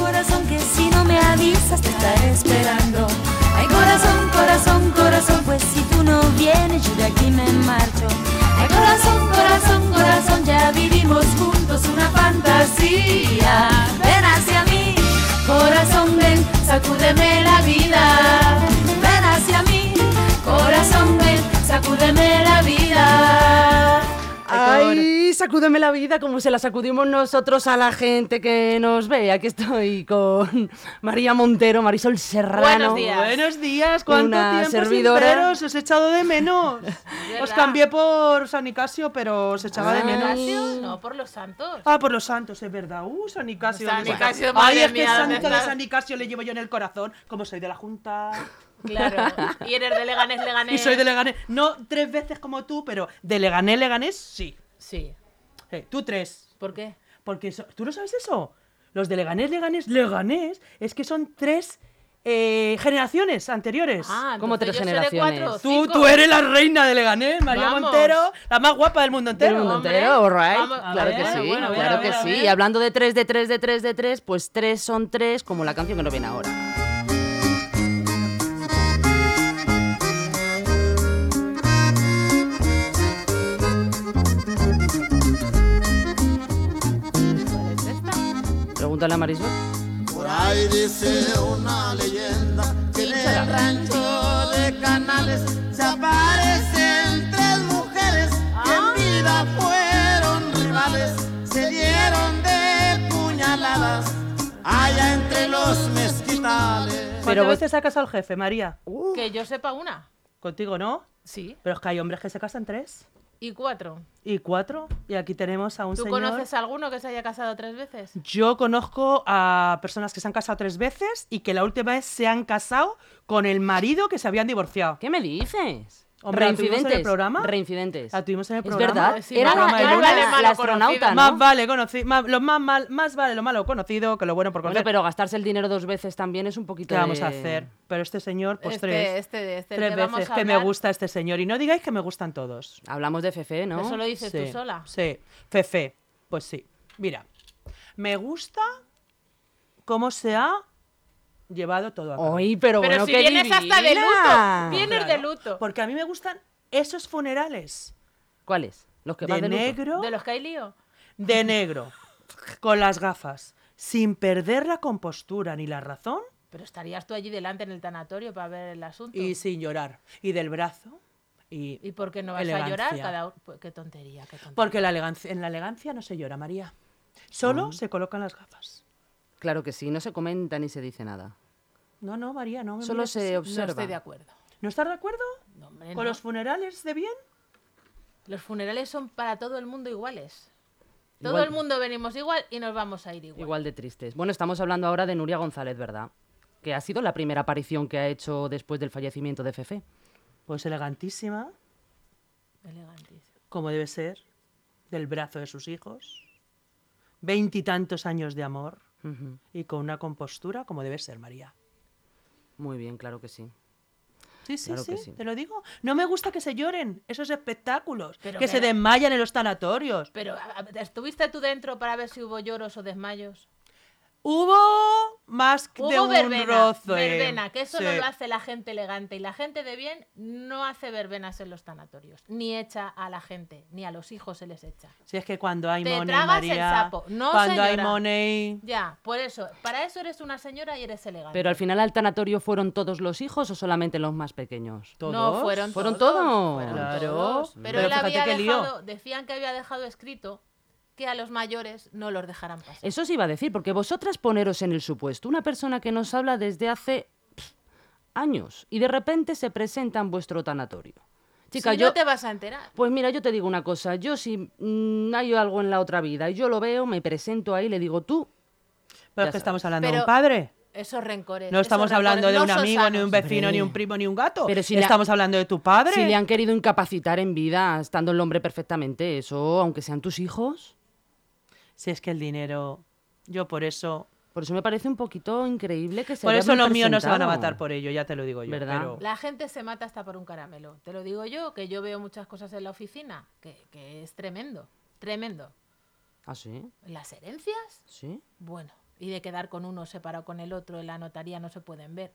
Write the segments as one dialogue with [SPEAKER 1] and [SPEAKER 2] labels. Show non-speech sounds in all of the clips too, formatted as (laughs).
[SPEAKER 1] corazón que si no me avisas te estaré esperando. Ay corazón, corazón, corazón, pues si tú no vienes yo de aquí me marcho. Ay corazón, corazón, corazón, ya vivimos juntos una fantasía. Ven hacia mí, corazón, ven, sacúdeme la vida. Ven hacia mí, corazón, ven, sacúdeme la vida.
[SPEAKER 2] Ay, sacúdeme la vida como se la sacudimos nosotros a la gente que nos ve. Aquí estoy con (laughs) María Montero, Marisol Serrano.
[SPEAKER 3] Buenos días.
[SPEAKER 4] Buenos días, ¿cuánto
[SPEAKER 2] Una
[SPEAKER 4] tiempo sin
[SPEAKER 2] servidora.
[SPEAKER 4] veros? Os he echado de menos.
[SPEAKER 3] (laughs)
[SPEAKER 4] os
[SPEAKER 3] verdad.
[SPEAKER 4] cambié por San Nicasio, pero os echaba de
[SPEAKER 2] Ah.
[SPEAKER 4] menos.
[SPEAKER 3] Gracias, No, por los santos.
[SPEAKER 4] Ah, por los santos, es verdad. Uh, San Nicasio.
[SPEAKER 3] San
[SPEAKER 4] ¿dónde
[SPEAKER 3] Nicasio,
[SPEAKER 4] está? Ay,
[SPEAKER 3] madre
[SPEAKER 4] es que
[SPEAKER 3] mía, ¿dónde
[SPEAKER 4] Santa de
[SPEAKER 3] está?
[SPEAKER 4] San Nicasio le llevo yo en el corazón, como soy de la Junta.
[SPEAKER 3] Claro.
[SPEAKER 1] (laughs)
[SPEAKER 3] Y eres de Leganés, Leganés.
[SPEAKER 4] Y soy de Leganés. No tres veces como tú, pero de Leganés, Leganés, sí.
[SPEAKER 3] Sí.
[SPEAKER 4] Eh, tú tres.
[SPEAKER 3] ¿Por qué?
[SPEAKER 4] Porque so- tú no sabes eso. Los de Leganés, Leganés, Leganés, es que son tres eh, generaciones anteriores.
[SPEAKER 2] Ah, Como
[SPEAKER 3] Ah,
[SPEAKER 2] tres
[SPEAKER 3] entonces yo soy
[SPEAKER 2] generaciones.
[SPEAKER 3] De cuatro,
[SPEAKER 4] Tú,
[SPEAKER 3] cinco.
[SPEAKER 4] tú eres la reina de Leganés, María
[SPEAKER 3] Vamos.
[SPEAKER 4] Montero, la más guapa del mundo entero.
[SPEAKER 2] Del mundo
[SPEAKER 3] hombre.
[SPEAKER 2] entero, all right.
[SPEAKER 3] Vamos, a
[SPEAKER 2] claro
[SPEAKER 3] ver,
[SPEAKER 2] que sí,
[SPEAKER 3] bueno, a ver,
[SPEAKER 2] claro
[SPEAKER 3] a ver,
[SPEAKER 2] que
[SPEAKER 3] a
[SPEAKER 2] sí.
[SPEAKER 3] ver.
[SPEAKER 2] Y hablando de tres, de tres, de tres, de tres, pues tres son tres, como la canción que nos viene ahora. Pregúntale a Marisol.
[SPEAKER 5] Por ahí dice una leyenda que en el rancho de Canales se aparecen tres mujeres que en vida fueron rivales, se dieron de puñaladas allá entre los mezquitales.
[SPEAKER 4] Pero
[SPEAKER 2] Pero vos-
[SPEAKER 4] vos te sacas al jefe, María. Uh,
[SPEAKER 3] Que yo sepa una.
[SPEAKER 4] Contigo, ¿no?
[SPEAKER 3] Sí.
[SPEAKER 4] Pero es que hay hombres que se casan tres
[SPEAKER 3] Y cuatro.
[SPEAKER 4] y cuatro. Y aquí tenemos a un
[SPEAKER 3] ¿Tú
[SPEAKER 4] señor.
[SPEAKER 3] conoces a alguno que se haya casado tres veces?
[SPEAKER 4] Yo conozco a personas que se han casado tres veces y que la última vez se han casado con el marido que se habían divorciado.
[SPEAKER 2] ¿Qué me dices?
[SPEAKER 4] Hombre, ¿la tuvimos en el
[SPEAKER 2] Reincidentes.
[SPEAKER 4] programa?
[SPEAKER 2] Reincidentes.
[SPEAKER 4] ¿La tuvimos en el
[SPEAKER 2] Es
[SPEAKER 4] programa?
[SPEAKER 2] verdad.
[SPEAKER 3] Sí,
[SPEAKER 2] era la,
[SPEAKER 3] programa de
[SPEAKER 2] era
[SPEAKER 3] Luna.
[SPEAKER 2] la-
[SPEAKER 3] Vale,
[SPEAKER 2] la
[SPEAKER 3] malo
[SPEAKER 2] astronauta,
[SPEAKER 3] conocido.
[SPEAKER 2] ¿no?
[SPEAKER 4] Más vale conoci- más, lo más, mal, más vale lo malo conocido que lo bueno por
[SPEAKER 2] Bueno,
[SPEAKER 4] conocer.
[SPEAKER 2] pero gastarse el dinero dos veces también es un poquito
[SPEAKER 4] ¿Qué vamos a
[SPEAKER 2] de-
[SPEAKER 4] hacer? Pero este señor, pues
[SPEAKER 3] este,
[SPEAKER 4] tres.
[SPEAKER 3] este, este.
[SPEAKER 4] tres
[SPEAKER 3] el que vamos
[SPEAKER 4] veces
[SPEAKER 3] a
[SPEAKER 4] que me
[SPEAKER 3] hablar,
[SPEAKER 4] gusta este señor. Y no digáis que me gustan todos.
[SPEAKER 2] Hablamos de Fefe, ¿no?
[SPEAKER 3] Eso lo dices
[SPEAKER 4] Sí,
[SPEAKER 3] tú sola.
[SPEAKER 4] Sí. Fefe. Pues sí. Mira. Me gusta cómo se ha llevado todo a cabo.
[SPEAKER 2] Ay, pero,
[SPEAKER 3] Pero
[SPEAKER 2] bueno,
[SPEAKER 3] si
[SPEAKER 2] qué
[SPEAKER 3] vienes hasta de
[SPEAKER 2] divina.
[SPEAKER 3] luto. Vienes de luto.
[SPEAKER 4] Porque a mí me gustan esos funerales.
[SPEAKER 2] ¿Cuáles? Los que
[SPEAKER 4] De,
[SPEAKER 2] van de luto?
[SPEAKER 4] negro.
[SPEAKER 3] ¿De los que hay lío?
[SPEAKER 4] De
[SPEAKER 3] (laughs)
[SPEAKER 4] negro. Con las gafas. Sin perder la compostura ni la razón.
[SPEAKER 3] Pero estarías tú allí delante en el tanatorio para ver el asunto.
[SPEAKER 4] Y sin llorar. Y del brazo. Y,
[SPEAKER 3] ¿Y por qué no vas
[SPEAKER 4] elegancia.
[SPEAKER 3] a llorar? Cada... u- pues, Qué tontería, qué tontería.
[SPEAKER 4] Porque la elegancia, en la elegancia no se llora, María. Solo
[SPEAKER 2] Ah.
[SPEAKER 4] se colocan las gafas.
[SPEAKER 2] Claro que sí, no se comenta ni se dice nada.
[SPEAKER 4] No, no, María, no. me
[SPEAKER 2] Solo
[SPEAKER 4] mires así.
[SPEAKER 2] se observa.
[SPEAKER 3] No estoy de acuerdo.
[SPEAKER 4] ¿No estás de acuerdo?
[SPEAKER 3] No, hombre,
[SPEAKER 4] ¿Con
[SPEAKER 3] no.
[SPEAKER 4] los funerales de bien?
[SPEAKER 3] Los funerales son para todo el mundo iguales. Todo
[SPEAKER 2] Igual.
[SPEAKER 3] el mundo venimos igual y nos vamos a ir igual.
[SPEAKER 2] Igual de tristes. Bueno, estamos hablando ahora de Nuria González, ¿verdad? Que ha sido la primera aparición que ha hecho después del fallecimiento de Fefe.
[SPEAKER 4] Pues elegantísima,
[SPEAKER 3] Elegantísimo.
[SPEAKER 4] como debe ser, del brazo de sus hijos. Veintitantos años de amor
[SPEAKER 2] Ujú.
[SPEAKER 4] y con una compostura como debe ser, María.
[SPEAKER 2] Muy bien, claro que sí.
[SPEAKER 4] Sí, sí,
[SPEAKER 2] Claro
[SPEAKER 4] sí,
[SPEAKER 2] que sí.
[SPEAKER 4] te lo digo. No me gusta que se lloren esos espectáculos,
[SPEAKER 3] Pero
[SPEAKER 4] que se
[SPEAKER 3] que-
[SPEAKER 4] desmayan en los tanatorios.
[SPEAKER 3] Pero, a- a- ¿estuviste tú dentro para ver si hubo lloros o desmayos?
[SPEAKER 4] Hubo más que de
[SPEAKER 3] Hubo
[SPEAKER 4] un
[SPEAKER 3] verbena.
[SPEAKER 4] roce.
[SPEAKER 3] verbena, que eso no
[SPEAKER 4] Sí.
[SPEAKER 3] lo hace la gente elegante. Y la gente de bien no hace verbenas en los tanatorios. Ni echa a la gente, ni a los hijos se les echa.
[SPEAKER 4] Si es que cuando hay
[SPEAKER 3] Te
[SPEAKER 4] money,
[SPEAKER 3] tragas el
[SPEAKER 4] María,
[SPEAKER 3] sapo. No,
[SPEAKER 4] cuando hay
[SPEAKER 3] señora.
[SPEAKER 4] money,
[SPEAKER 3] Ya, por eso. Para eso eres una señora y eres elegante.
[SPEAKER 2] Pero al final al tanatorio fueron todos los hijos o solamente los más pequeños.
[SPEAKER 4] todos.
[SPEAKER 3] No, fueron,
[SPEAKER 2] ¿Fueron
[SPEAKER 3] todos.
[SPEAKER 2] todos?
[SPEAKER 3] fueron
[SPEAKER 4] Claro.
[SPEAKER 3] todos. Pero,
[SPEAKER 4] Pero
[SPEAKER 3] él
[SPEAKER 4] fíjate
[SPEAKER 3] había
[SPEAKER 4] qué lío.
[SPEAKER 3] dejado, decían que había dejado escrito que a los mayores no los dejarán pasar.
[SPEAKER 2] Eso os iba a decir, porque vosotras poneros en el supuesto, una persona que nos habla desde hace pf, años y de repente se presenta en vuestro tanatorio. Chica,
[SPEAKER 3] si
[SPEAKER 2] yo
[SPEAKER 3] no te vas a enterar.
[SPEAKER 2] Pues mira, yo te digo una cosa, yo si mm, hay algo en la otra vida y yo lo veo, me presento ahí, le digo tú,
[SPEAKER 4] Pero
[SPEAKER 2] Ya
[SPEAKER 4] es que estamos hablando de
[SPEAKER 3] Pero-
[SPEAKER 4] un padre.
[SPEAKER 3] Esos rencores.
[SPEAKER 4] No estamos
[SPEAKER 3] esos
[SPEAKER 4] hablando de
[SPEAKER 3] rencores,
[SPEAKER 4] un
[SPEAKER 3] no son
[SPEAKER 4] amigo, ni un
[SPEAKER 3] sanos.
[SPEAKER 4] vecino, ni un primo, ni un gato.
[SPEAKER 2] Pero si le ha-
[SPEAKER 4] estamos hablando de tu padre.
[SPEAKER 2] si le han querido incapacitar en vida, estando el hombre perfectamente, eso, aunque sean tus hijos,
[SPEAKER 4] Si es que el dinero. Yo por eso.
[SPEAKER 2] por eso me parece un poquito increíble que se
[SPEAKER 4] por
[SPEAKER 2] le
[SPEAKER 4] eso
[SPEAKER 2] hayan
[SPEAKER 4] los míos no se van a
[SPEAKER 2] presentado.
[SPEAKER 4] matar por ello, ya te lo digo yo.
[SPEAKER 2] ¿Verdad?
[SPEAKER 4] pero-
[SPEAKER 3] La gente se mata hasta por un caramelo. Te lo digo yo, que yo veo muchas cosas en la oficina, que, que es tremendo. Tremendo.
[SPEAKER 2] Ah, sí,
[SPEAKER 3] Las herencias,
[SPEAKER 2] sí.
[SPEAKER 3] bueno. y de quedar con uno separado con el otro en la notaría no se pueden ver.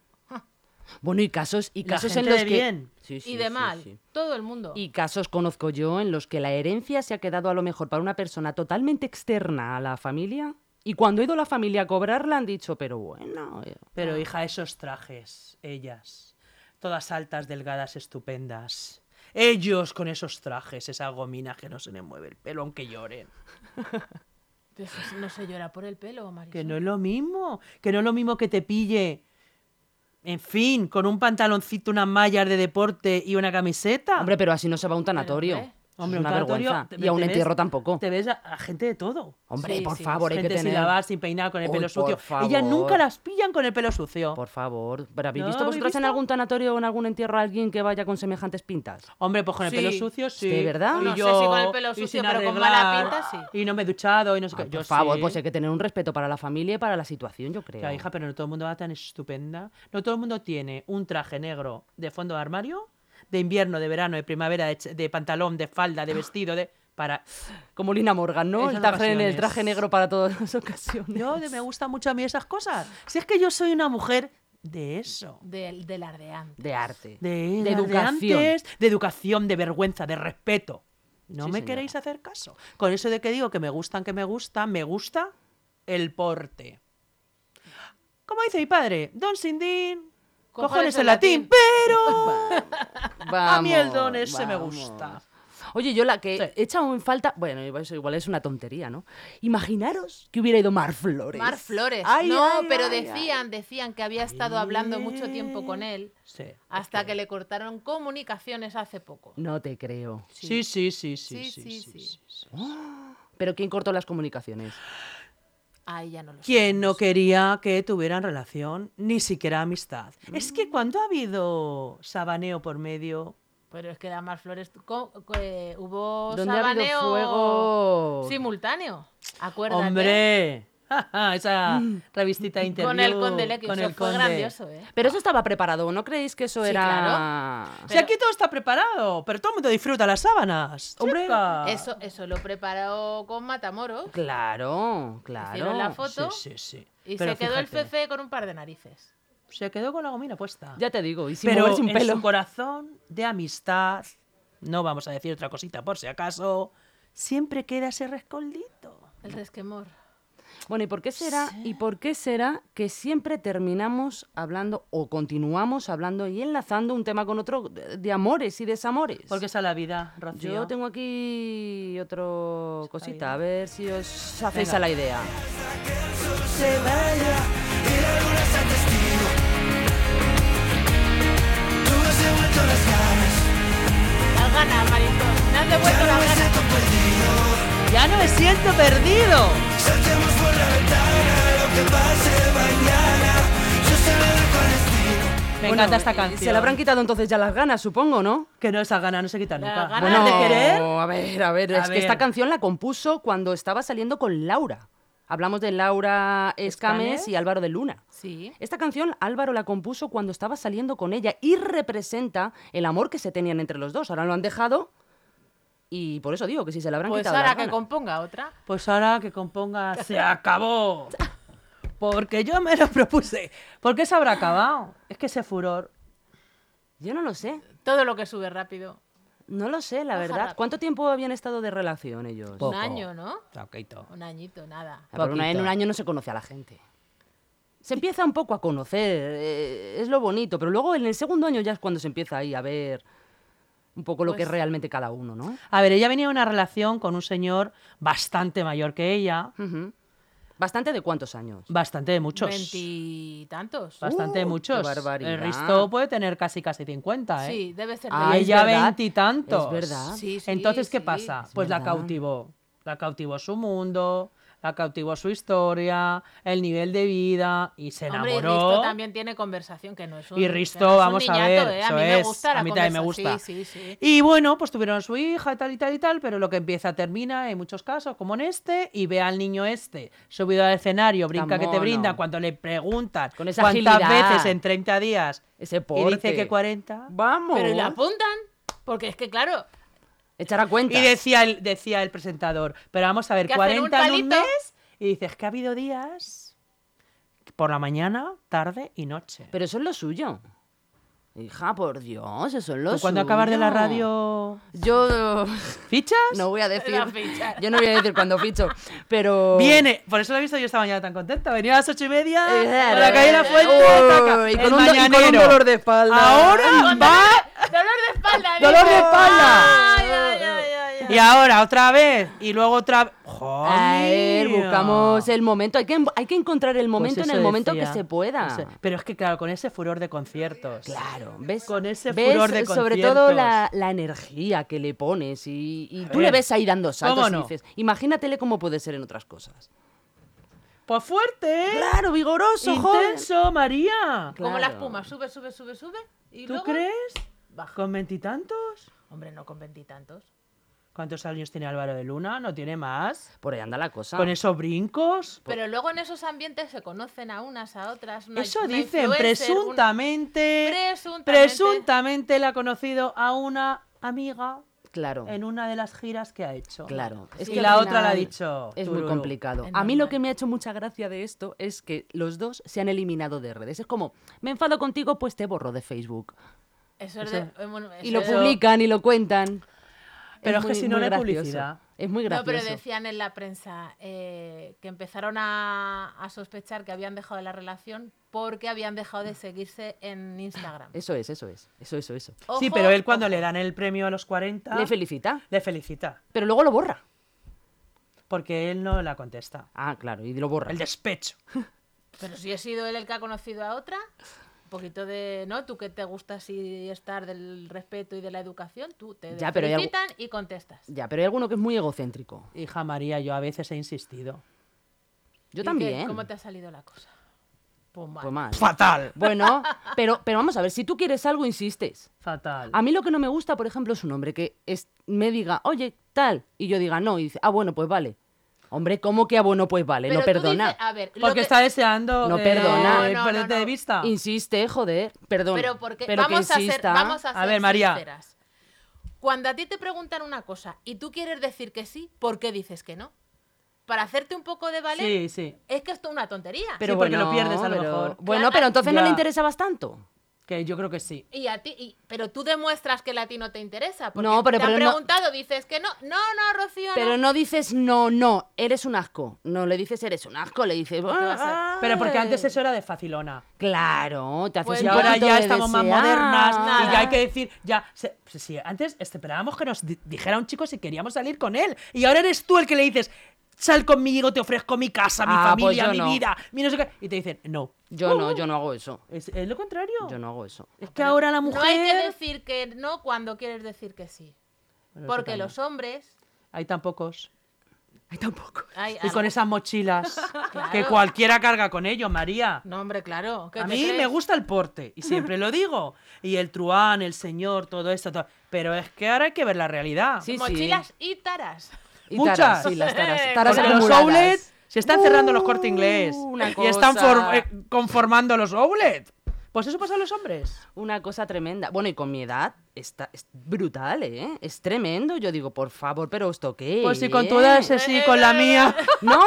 [SPEAKER 2] Bueno, y casos, y
[SPEAKER 4] La
[SPEAKER 2] casos
[SPEAKER 4] gente
[SPEAKER 2] en los
[SPEAKER 4] de Oh.
[SPEAKER 2] que.
[SPEAKER 4] bien.
[SPEAKER 2] Sí, sí,
[SPEAKER 3] y de
[SPEAKER 2] sí,
[SPEAKER 3] mal,
[SPEAKER 2] sí.
[SPEAKER 3] todo el mundo.
[SPEAKER 2] Y casos conozco yo en los que la herencia se ha quedado a lo mejor para una persona totalmente externa a la familia. Y cuando ha ido la familia a cobrarla han dicho, pero bueno. eh,
[SPEAKER 4] Pero hija, esos trajes, ellas, todas altas, delgadas, estupendas. Ellos con esos trajes, esa gomina que no se le mueve el pelo aunque lloren.
[SPEAKER 3] Entonces, no se llora por el pelo, Marisol.
[SPEAKER 4] Que no es lo mismo, que no es lo mismo que te pille, en fin, con un pantaloncito, unas mallas de deporte y una camiseta.
[SPEAKER 2] Hombre, pero así no se va a un tanatorio.
[SPEAKER 3] hombre.
[SPEAKER 2] Eso
[SPEAKER 4] Ah. Hombre,
[SPEAKER 2] es una
[SPEAKER 4] un tanatorio,
[SPEAKER 2] vergüenza.
[SPEAKER 4] te-
[SPEAKER 2] Y a un
[SPEAKER 4] te ves-
[SPEAKER 2] entierro tampoco.
[SPEAKER 4] Te ves a, a gente de todo.
[SPEAKER 2] Hombre,
[SPEAKER 3] Sí,
[SPEAKER 2] por
[SPEAKER 3] sí,
[SPEAKER 2] favor, hay que
[SPEAKER 4] gente
[SPEAKER 2] tener.
[SPEAKER 4] sin lavar, sin peinar, con el
[SPEAKER 2] Uy,
[SPEAKER 4] pelo
[SPEAKER 2] por
[SPEAKER 4] sucio. Ellas nunca
[SPEAKER 2] favor.
[SPEAKER 4] las pillan con el pelo sucio.
[SPEAKER 2] Por favor. ¿Pero habéis
[SPEAKER 4] ¿No
[SPEAKER 2] visto
[SPEAKER 4] habéis
[SPEAKER 2] vosotras en
[SPEAKER 4] visto?
[SPEAKER 2] algún tanatorio o en algún entierro a alguien que vaya con semejantes pintas?
[SPEAKER 4] Hombre, pues con el pelo
[SPEAKER 3] Sí.
[SPEAKER 4] sucio sí.
[SPEAKER 2] ¿De verdad?
[SPEAKER 4] Y
[SPEAKER 3] No sé
[SPEAKER 4] yo-
[SPEAKER 3] si con el pelo
[SPEAKER 4] y
[SPEAKER 3] sucio,
[SPEAKER 4] sin
[SPEAKER 3] pero con mala
[SPEAKER 4] arreglar,
[SPEAKER 3] pinta,
[SPEAKER 4] Y no me he duchado y no sé
[SPEAKER 2] Ah,
[SPEAKER 4] qué.
[SPEAKER 2] por
[SPEAKER 4] Yo
[SPEAKER 2] favor,
[SPEAKER 4] sí.
[SPEAKER 2] pues hay que tener un respeto para la familia y para la situación, yo creo.
[SPEAKER 4] Claro, hija, pero no todo el mundo va tan estupenda. No todo el mundo tiene un traje negro de fondo de armario, de invierno, de verano, de primavera, de, ch- de pantalón, de falda, de vestido, de...
[SPEAKER 2] (laughs)
[SPEAKER 4] Para...
[SPEAKER 2] Como Lina Morgan, ¿no? El
[SPEAKER 4] Esas
[SPEAKER 2] traje, el
[SPEAKER 4] ocasiones.
[SPEAKER 2] traje negro para todas las ocasiones.
[SPEAKER 4] Yo de- me gusta mucho a mí esas cosas. Si es que yo soy una mujer de eso.
[SPEAKER 3] Del, del ardeante.
[SPEAKER 2] De arte.
[SPEAKER 4] De,
[SPEAKER 2] De
[SPEAKER 4] las
[SPEAKER 2] educación.
[SPEAKER 4] De, antes, de educación, de vergüenza, de respeto. No
[SPEAKER 2] Sí,
[SPEAKER 4] me
[SPEAKER 2] señora.
[SPEAKER 4] queréis hacer caso. Con eso de que digo que me gustan, que me gustan, me gusta el porte. Como dice mi padre, don sin din, cojones, en latín, (laughs) pero...
[SPEAKER 2] Vamos,
[SPEAKER 4] A mí el don ese me
[SPEAKER 2] vamos.
[SPEAKER 4] gusta.
[SPEAKER 2] Oye, yo la que
[SPEAKER 4] Sí.
[SPEAKER 2] he echado en falta. Bueno, eso igual es una tontería, ¿no? Imaginaros que hubiera ido Mar Flores.
[SPEAKER 3] Mar Flores.
[SPEAKER 2] Ay,
[SPEAKER 3] no,
[SPEAKER 2] ay,
[SPEAKER 3] pero
[SPEAKER 2] ay,
[SPEAKER 3] decían, decían que había estado hablando mucho tiempo con él
[SPEAKER 4] Sí.
[SPEAKER 3] hasta que le cortaron comunicaciones hace poco.
[SPEAKER 2] ay. No te creo.
[SPEAKER 4] Sí, sí, sí, sí, sí,
[SPEAKER 3] Sí, sí,
[SPEAKER 4] sí,
[SPEAKER 3] sí.
[SPEAKER 4] sí, sí.
[SPEAKER 2] ¿Pero quién cortó las comunicaciones?
[SPEAKER 3] Ahí ya no lo sé.
[SPEAKER 4] Quien no quería que tuvieran relación, ni siquiera amistad. Es que cuando ha habido sabaneo por medio,
[SPEAKER 3] Pero es que era Mar Flores. co- co- eh, hubo
[SPEAKER 2] ¿Dónde ha habido
[SPEAKER 3] sabaneo
[SPEAKER 2] fuego?
[SPEAKER 3] simultáneo. Acuérdate.
[SPEAKER 4] ¡Hombre! (laughs) Esa revistita de interview.
[SPEAKER 3] ¿eh? Mm. Con el conde Leque,
[SPEAKER 4] con
[SPEAKER 3] eso
[SPEAKER 4] el
[SPEAKER 3] fue
[SPEAKER 4] conde.
[SPEAKER 3] grandioso, ¿eh?
[SPEAKER 2] Pero eso estaba preparado, ¿no creéis que eso
[SPEAKER 3] Sí,
[SPEAKER 2] era.
[SPEAKER 4] Si
[SPEAKER 3] Pero-
[SPEAKER 4] aquí todo está preparado, pero todo el mundo disfruta las sábanas.
[SPEAKER 2] Hombre,
[SPEAKER 4] chica.
[SPEAKER 3] Eso, eso lo preparó con Matamoros
[SPEAKER 2] Claro, claro.
[SPEAKER 3] Hicieron la foto.
[SPEAKER 4] Sí, sí, sí.
[SPEAKER 3] y
[SPEAKER 4] Pero
[SPEAKER 3] se quedó el
[SPEAKER 4] fíjate,
[SPEAKER 3] Fefe con un par de narices.
[SPEAKER 4] Se quedó con la gomina puesta.
[SPEAKER 2] Ya te digo, y sin
[SPEAKER 4] pero
[SPEAKER 2] moverse un
[SPEAKER 4] en
[SPEAKER 2] pelo.
[SPEAKER 4] su corazón de amistad, no vamos a decir otra cosita por si acaso, siempre queda ese rescoldito.
[SPEAKER 3] El resquemor.
[SPEAKER 2] Bueno, ¿y por qué será? ¿Y por qué será que siempre terminamos hablando o continuamos hablando y enlazando un tema con otro de, de amores y desamores?
[SPEAKER 4] Porque esa es la vida, Rocío.
[SPEAKER 2] yo tengo aquí otro cosita, a ver si os hacéis
[SPEAKER 4] Venga.
[SPEAKER 2] a la idea.
[SPEAKER 3] Las ganas, Marisol. Me has devuelto las
[SPEAKER 4] Pues
[SPEAKER 3] ganas.
[SPEAKER 4] ¡Ya no me siento perdido! Me
[SPEAKER 2] Bueno,
[SPEAKER 4] encanta esta
[SPEAKER 2] eh,
[SPEAKER 4] canción.
[SPEAKER 2] Se le habrán quitado entonces ya las ganas, supongo, ¿no?
[SPEAKER 4] Que no, esa gana no se quita
[SPEAKER 3] La
[SPEAKER 4] nunca.
[SPEAKER 3] gana
[SPEAKER 4] Bueno,
[SPEAKER 3] de
[SPEAKER 4] de querer.
[SPEAKER 2] a ver, a ver,
[SPEAKER 4] A
[SPEAKER 2] es
[SPEAKER 4] ver.
[SPEAKER 2] que esta canción la compuso cuando estaba saliendo con Laura. Hablamos de Laura Escames
[SPEAKER 4] Escames.
[SPEAKER 2] y Álvaro de Luna.
[SPEAKER 3] Sí.
[SPEAKER 2] Esta canción Álvaro la compuso cuando estaba saliendo con ella y representa el amor que se tenían entre los dos. Ahora lo han dejado y por eso digo que si se la habrán
[SPEAKER 3] Pues
[SPEAKER 2] quitado.
[SPEAKER 3] ahora
[SPEAKER 2] las
[SPEAKER 3] que
[SPEAKER 2] ganas.
[SPEAKER 3] componga otra.
[SPEAKER 4] Pues ahora que componga se acabó. Porque yo me lo propuse. ¿Por qué se habrá acabado? Es que ese furor.
[SPEAKER 2] Yo no lo sé,
[SPEAKER 3] Todo lo que sube rápido.
[SPEAKER 2] no lo sé, la
[SPEAKER 3] Baja
[SPEAKER 2] verdad.
[SPEAKER 3] rápido.
[SPEAKER 2] ¿Cuánto tiempo habían estado de relación ellos?
[SPEAKER 4] Poco.
[SPEAKER 3] Un año, ¿no?
[SPEAKER 4] Taquito.
[SPEAKER 3] Un añito, nada.
[SPEAKER 2] Ah, pero una- en
[SPEAKER 4] poquito.
[SPEAKER 2] un año no se conoce a la gente. Se empieza un poco a conocer, eh, es lo bonito, pero luego en el segundo año ya es cuando se empieza ahí a ver un poco lo que es
[SPEAKER 3] Pues-
[SPEAKER 2] realmente cada uno, ¿no?
[SPEAKER 4] A ver, ella venía de una relación con un señor bastante mayor que ella.
[SPEAKER 2] Ujú. Bastante de cuántos años.
[SPEAKER 4] Bastante de muchos.
[SPEAKER 3] Veintitantos.
[SPEAKER 4] Bastante de
[SPEAKER 2] Uh,
[SPEAKER 4] muchos.
[SPEAKER 2] qué barbaridad.
[SPEAKER 4] El Risto puede tener casi casi 50, ¿eh?
[SPEAKER 3] Sí, debe ser.
[SPEAKER 2] Ah,
[SPEAKER 4] Y
[SPEAKER 3] de-
[SPEAKER 2] es
[SPEAKER 4] ella
[SPEAKER 2] verdad.
[SPEAKER 4] veintitantos.
[SPEAKER 2] Es verdad.
[SPEAKER 3] Sí, sí,
[SPEAKER 4] Entonces, ¿qué
[SPEAKER 3] sí,
[SPEAKER 4] pasa?
[SPEAKER 2] es
[SPEAKER 4] Pues la
[SPEAKER 2] verdad.
[SPEAKER 4] cautivó. La cautivó su mundo, la cautivó su historia, el nivel de vida y se enamoró.
[SPEAKER 3] Hombre, y Risto también tiene conversación, que no es un.
[SPEAKER 4] Y
[SPEAKER 3] que
[SPEAKER 4] Risto,
[SPEAKER 3] no es un
[SPEAKER 4] vamos a
[SPEAKER 3] niñato,
[SPEAKER 4] ver,
[SPEAKER 3] ¿eh?
[SPEAKER 4] eso
[SPEAKER 3] A mí me
[SPEAKER 4] es,
[SPEAKER 3] gusta la
[SPEAKER 4] a mí también me
[SPEAKER 3] conversa-
[SPEAKER 4] gusta.
[SPEAKER 3] Sí, sí, sí.
[SPEAKER 4] Y bueno, pues tuvieron su hija y tal y tal y tal, pero lo que empieza termina en muchos casos, como en este, y ve al niño este subido al escenario, brinca que te
[SPEAKER 2] mono.
[SPEAKER 4] brinda, cuando le preguntan
[SPEAKER 2] Con esa
[SPEAKER 4] cuántas
[SPEAKER 2] agilidad.
[SPEAKER 4] veces en 30 días,
[SPEAKER 2] Ese
[SPEAKER 4] y
[SPEAKER 2] porte.
[SPEAKER 4] dice que 40.
[SPEAKER 2] Vamos.
[SPEAKER 3] Pero le apuntan. Porque es que,
[SPEAKER 4] (laughs)
[SPEAKER 3] claro,
[SPEAKER 2] Echar a cuenta.
[SPEAKER 4] Y decía el, decía el presentador, pero vamos a ver,
[SPEAKER 3] Que hacen un
[SPEAKER 4] 40 en un
[SPEAKER 3] palito.
[SPEAKER 4] mes, y dices que ha habido días Por la mañana, tarde y noche.
[SPEAKER 2] Pero eso es lo suyo. Hija, por Dios, eso es lo
[SPEAKER 4] ¿Tú
[SPEAKER 2] suyo.
[SPEAKER 4] Pues cuando acabas de la radio,
[SPEAKER 2] Yo (laughs)
[SPEAKER 4] fichas?
[SPEAKER 2] no
[SPEAKER 4] (laughs)
[SPEAKER 2] voy a decir.
[SPEAKER 3] La ficha.
[SPEAKER 2] Yo no voy a decir cuando ficho. Pero.
[SPEAKER 4] Viene, por eso lo he visto yo esta mañana tan contenta. Venía a las ocho y media,
[SPEAKER 2] Eh,
[SPEAKER 4] por la calle de la fuente, taca,
[SPEAKER 2] Uy, y
[SPEAKER 4] el
[SPEAKER 2] con un do- y con un
[SPEAKER 4] mañanero.
[SPEAKER 2] dolor de espalda.
[SPEAKER 4] Ahora va
[SPEAKER 3] Dolor de espalda.
[SPEAKER 2] ¡Dolor de
[SPEAKER 3] dice.
[SPEAKER 2] espalda!
[SPEAKER 3] Ay, ay, ay, ay, ay.
[SPEAKER 4] Y ahora otra vez. Y luego otra vez. ¡Joder!
[SPEAKER 2] A ver, buscamos el momento. Hay que, em, hay que encontrar el
[SPEAKER 4] Pues
[SPEAKER 2] momento en
[SPEAKER 4] eso
[SPEAKER 2] el momento
[SPEAKER 4] decía.
[SPEAKER 2] que se pueda.
[SPEAKER 4] Eso- Pero es que, claro, con ese furor de conciertos.
[SPEAKER 2] Claro, ¿ves?
[SPEAKER 4] Con ese
[SPEAKER 2] ¿Ves?
[SPEAKER 4] furor de
[SPEAKER 2] Sobre todo la,
[SPEAKER 4] conciertos.
[SPEAKER 2] la energía que le pones y, y
[SPEAKER 4] A
[SPEAKER 2] tú
[SPEAKER 4] ver,
[SPEAKER 2] le ves ahí dando saltos
[SPEAKER 4] ¿cómo
[SPEAKER 2] y
[SPEAKER 4] no?
[SPEAKER 2] dices, imagínatele cómo puede ser en otras cosas.
[SPEAKER 4] Pues fuerte, ¿eh?
[SPEAKER 2] Claro, vigoroso, joven.
[SPEAKER 4] Intenso, María.
[SPEAKER 3] Como la
[SPEAKER 2] Claro.
[SPEAKER 3] espuma, sube, sube, sube, sube. Y
[SPEAKER 4] ¿Tú
[SPEAKER 3] luego
[SPEAKER 4] crees?
[SPEAKER 3] Baja.
[SPEAKER 4] ¿Con veintitantos?
[SPEAKER 3] Hombre, no con veintitantos.
[SPEAKER 4] ¿Cuántos años tiene Álvaro de Luna? ¿No tiene más?
[SPEAKER 2] Por ahí anda la cosa.
[SPEAKER 4] ¿Con esos brincos?
[SPEAKER 3] Pero luego en esos ambientes se conocen a unas, a otras. una-
[SPEAKER 4] Eso
[SPEAKER 3] una
[SPEAKER 4] dicen,
[SPEAKER 3] influencer, un-
[SPEAKER 4] presuntamente,
[SPEAKER 3] Presuntamente.
[SPEAKER 4] presuntamente la ha conocido a una amiga
[SPEAKER 2] Claro.
[SPEAKER 4] en una de las giras que ha hecho.
[SPEAKER 2] Claro.
[SPEAKER 4] Es
[SPEAKER 2] Es
[SPEAKER 4] y
[SPEAKER 2] que
[SPEAKER 4] la
[SPEAKER 2] al
[SPEAKER 4] otra la ha
[SPEAKER 2] final
[SPEAKER 4] dicho.
[SPEAKER 2] Es muy
[SPEAKER 4] tururú.
[SPEAKER 2] complicado.
[SPEAKER 3] Es
[SPEAKER 2] A mí lo
[SPEAKER 3] normal.
[SPEAKER 2] que me ha hecho mucha gracia de esto es que los dos se han eliminado de redes. Es como, me enfado contigo, pues te borro de Facebook.
[SPEAKER 3] Eso es de- eh, bueno,
[SPEAKER 2] Y
[SPEAKER 3] eso
[SPEAKER 2] lo
[SPEAKER 3] es-
[SPEAKER 2] publican y lo cuentan.
[SPEAKER 4] Pero es que
[SPEAKER 2] muy-
[SPEAKER 4] si no,
[SPEAKER 2] muy
[SPEAKER 4] no hay
[SPEAKER 2] gracioso.
[SPEAKER 4] publicidad.
[SPEAKER 2] Es muy
[SPEAKER 3] No, pero
[SPEAKER 2] gracioso.
[SPEAKER 3] decían en la prensa eh, que empezaron a, a sospechar que habían dejado la relación porque habían dejado de seguirse en Instagram.
[SPEAKER 2] Eso es, eso es. Eso, eso, eso.
[SPEAKER 4] sí,
[SPEAKER 3] Ojo,
[SPEAKER 4] pero él cuando
[SPEAKER 3] ojo.
[SPEAKER 4] le dan el premio a los 40,
[SPEAKER 2] Le felicita,
[SPEAKER 4] le felicita,
[SPEAKER 2] pero luego lo borra.
[SPEAKER 4] porque él no la contesta.
[SPEAKER 2] Ah, claro, y lo borra.
[SPEAKER 4] El despecho.
[SPEAKER 3] Pero si he sido él el que ha conocido a otra, un poquito de, ¿no? Tú que te gusta así estar del respeto y de la educación, tú te
[SPEAKER 2] Ya, pero hay algu-
[SPEAKER 3] felicitan y contestas.
[SPEAKER 2] Ya, pero hay alguno que es muy egocéntrico.
[SPEAKER 4] Hija María, yo a veces he insistido.
[SPEAKER 2] Yo
[SPEAKER 3] ¿Y qué?
[SPEAKER 2] también.
[SPEAKER 3] ¿Cómo te ha salido la cosa? Pues mal.
[SPEAKER 2] Pues más.
[SPEAKER 4] Fatal.
[SPEAKER 2] Bueno, pero, pero vamos a ver, si tú quieres algo, insistes.
[SPEAKER 4] Fatal.
[SPEAKER 2] A mí lo que no me gusta, por ejemplo, es un hombre que es- me diga, oye, tal, y yo diga no, y dice, ah, bueno, pues vale. Hombre, ¿cómo que ah, bueno, pues vale? no
[SPEAKER 3] tú
[SPEAKER 2] perdona.
[SPEAKER 3] dices- ah, a ver, lo
[SPEAKER 4] Porque
[SPEAKER 3] que-
[SPEAKER 4] está deseando
[SPEAKER 2] No
[SPEAKER 4] eh,
[SPEAKER 2] perdona.
[SPEAKER 3] No, no,
[SPEAKER 4] perderte
[SPEAKER 3] no, no.
[SPEAKER 4] de vista.
[SPEAKER 2] Insiste, joder, perdona.
[SPEAKER 3] Pero porque
[SPEAKER 2] pero que
[SPEAKER 3] vamos, a ser,
[SPEAKER 2] insista.
[SPEAKER 3] vamos a
[SPEAKER 4] A
[SPEAKER 3] ser
[SPEAKER 4] ver, María.
[SPEAKER 3] sinceras. Cuando a ti te preguntan una cosa y tú quieres decir que sí, ¿por qué dices que no? Para hacerte un poco de valer,
[SPEAKER 4] Sí, sí.
[SPEAKER 3] es que esto es una tontería.
[SPEAKER 4] Pero porque lo pierdes a lo
[SPEAKER 2] pero-
[SPEAKER 4] mejor.
[SPEAKER 2] Bueno,
[SPEAKER 3] Claro.
[SPEAKER 2] pero entonces no
[SPEAKER 4] Ya.
[SPEAKER 2] le interesabas tanto.
[SPEAKER 4] Que yo creo que sí.
[SPEAKER 3] Y a ti, y- pero tú demuestras que a ti no te interesa. Porque
[SPEAKER 2] No, pero-
[SPEAKER 3] te han
[SPEAKER 2] pero no-
[SPEAKER 3] preguntado, dices que no. No, no, Rocío,
[SPEAKER 2] Pero
[SPEAKER 3] no.
[SPEAKER 2] no dices no, no, eres un asco. No le dices eres un asco, le dices. "Ah,
[SPEAKER 4] Pero porque antes
[SPEAKER 2] eh".
[SPEAKER 4] eso era de facilona.
[SPEAKER 2] Claro, te haces
[SPEAKER 3] Pues
[SPEAKER 2] un
[SPEAKER 4] Y ahora
[SPEAKER 2] poquito
[SPEAKER 4] ya
[SPEAKER 2] de
[SPEAKER 4] estamos más
[SPEAKER 2] desear.
[SPEAKER 4] modernas y ya
[SPEAKER 3] Nada.
[SPEAKER 4] hay que decir, ya, se- pues sí, antes esperábamos que nos di- dijera un chico si queríamos salir con él y ahora eres tú el que le dices, sal conmigo, te ofrezco mi casa, mi
[SPEAKER 2] Ah, pues
[SPEAKER 4] familia,
[SPEAKER 2] yo
[SPEAKER 4] mi
[SPEAKER 2] no.
[SPEAKER 4] vida, mi no sé qué, y te dicen, no,
[SPEAKER 2] Yo
[SPEAKER 4] Uh.
[SPEAKER 2] no, yo no hago eso.
[SPEAKER 4] es, es lo contrario.
[SPEAKER 2] Yo no hago eso.
[SPEAKER 4] Es que ahora la mujer...
[SPEAKER 3] No hay que decir que no cuando quieres decir que sí.
[SPEAKER 4] Bueno, eso
[SPEAKER 3] Porque
[SPEAKER 4] también.
[SPEAKER 3] los hombres.
[SPEAKER 4] Hay tan pocos.
[SPEAKER 2] Ay, tampoco.
[SPEAKER 3] hay
[SPEAKER 4] Y con
[SPEAKER 3] algo-
[SPEAKER 4] esas mochilas que
[SPEAKER 3] (laughs) Claro.
[SPEAKER 4] cualquiera carga con ello, María.
[SPEAKER 3] No, hombre, claro. ¿qué
[SPEAKER 4] A
[SPEAKER 3] te
[SPEAKER 4] mí me
[SPEAKER 3] crees?
[SPEAKER 4] gusta el porte, y siempre lo digo. Y el truán, el señor, todo esto, todo. Pero es que ahora hay que ver la realidad.
[SPEAKER 2] Sí, sí.
[SPEAKER 3] Mochilas y taras.
[SPEAKER 2] Y
[SPEAKER 4] Muchas.
[SPEAKER 2] taras, sí, las taras.
[SPEAKER 4] (laughs)
[SPEAKER 3] Eh,
[SPEAKER 2] Taras
[SPEAKER 4] Porque los
[SPEAKER 2] acumuladas.
[SPEAKER 4] outlets se están cerrando los corte inglés.
[SPEAKER 2] Uh, una
[SPEAKER 4] Y están for-
[SPEAKER 2] cosa.
[SPEAKER 4] eh, conformando los outlets. Pues eso pasa a los hombres.
[SPEAKER 2] Una cosa tremenda. Bueno, y con mi edad está, es brutal, ¿eh? Es tremendo. Yo digo, por favor, pero esto qué.
[SPEAKER 4] Pues si con
[SPEAKER 2] es?
[SPEAKER 4] tu edad es así, con la mía.
[SPEAKER 2] No,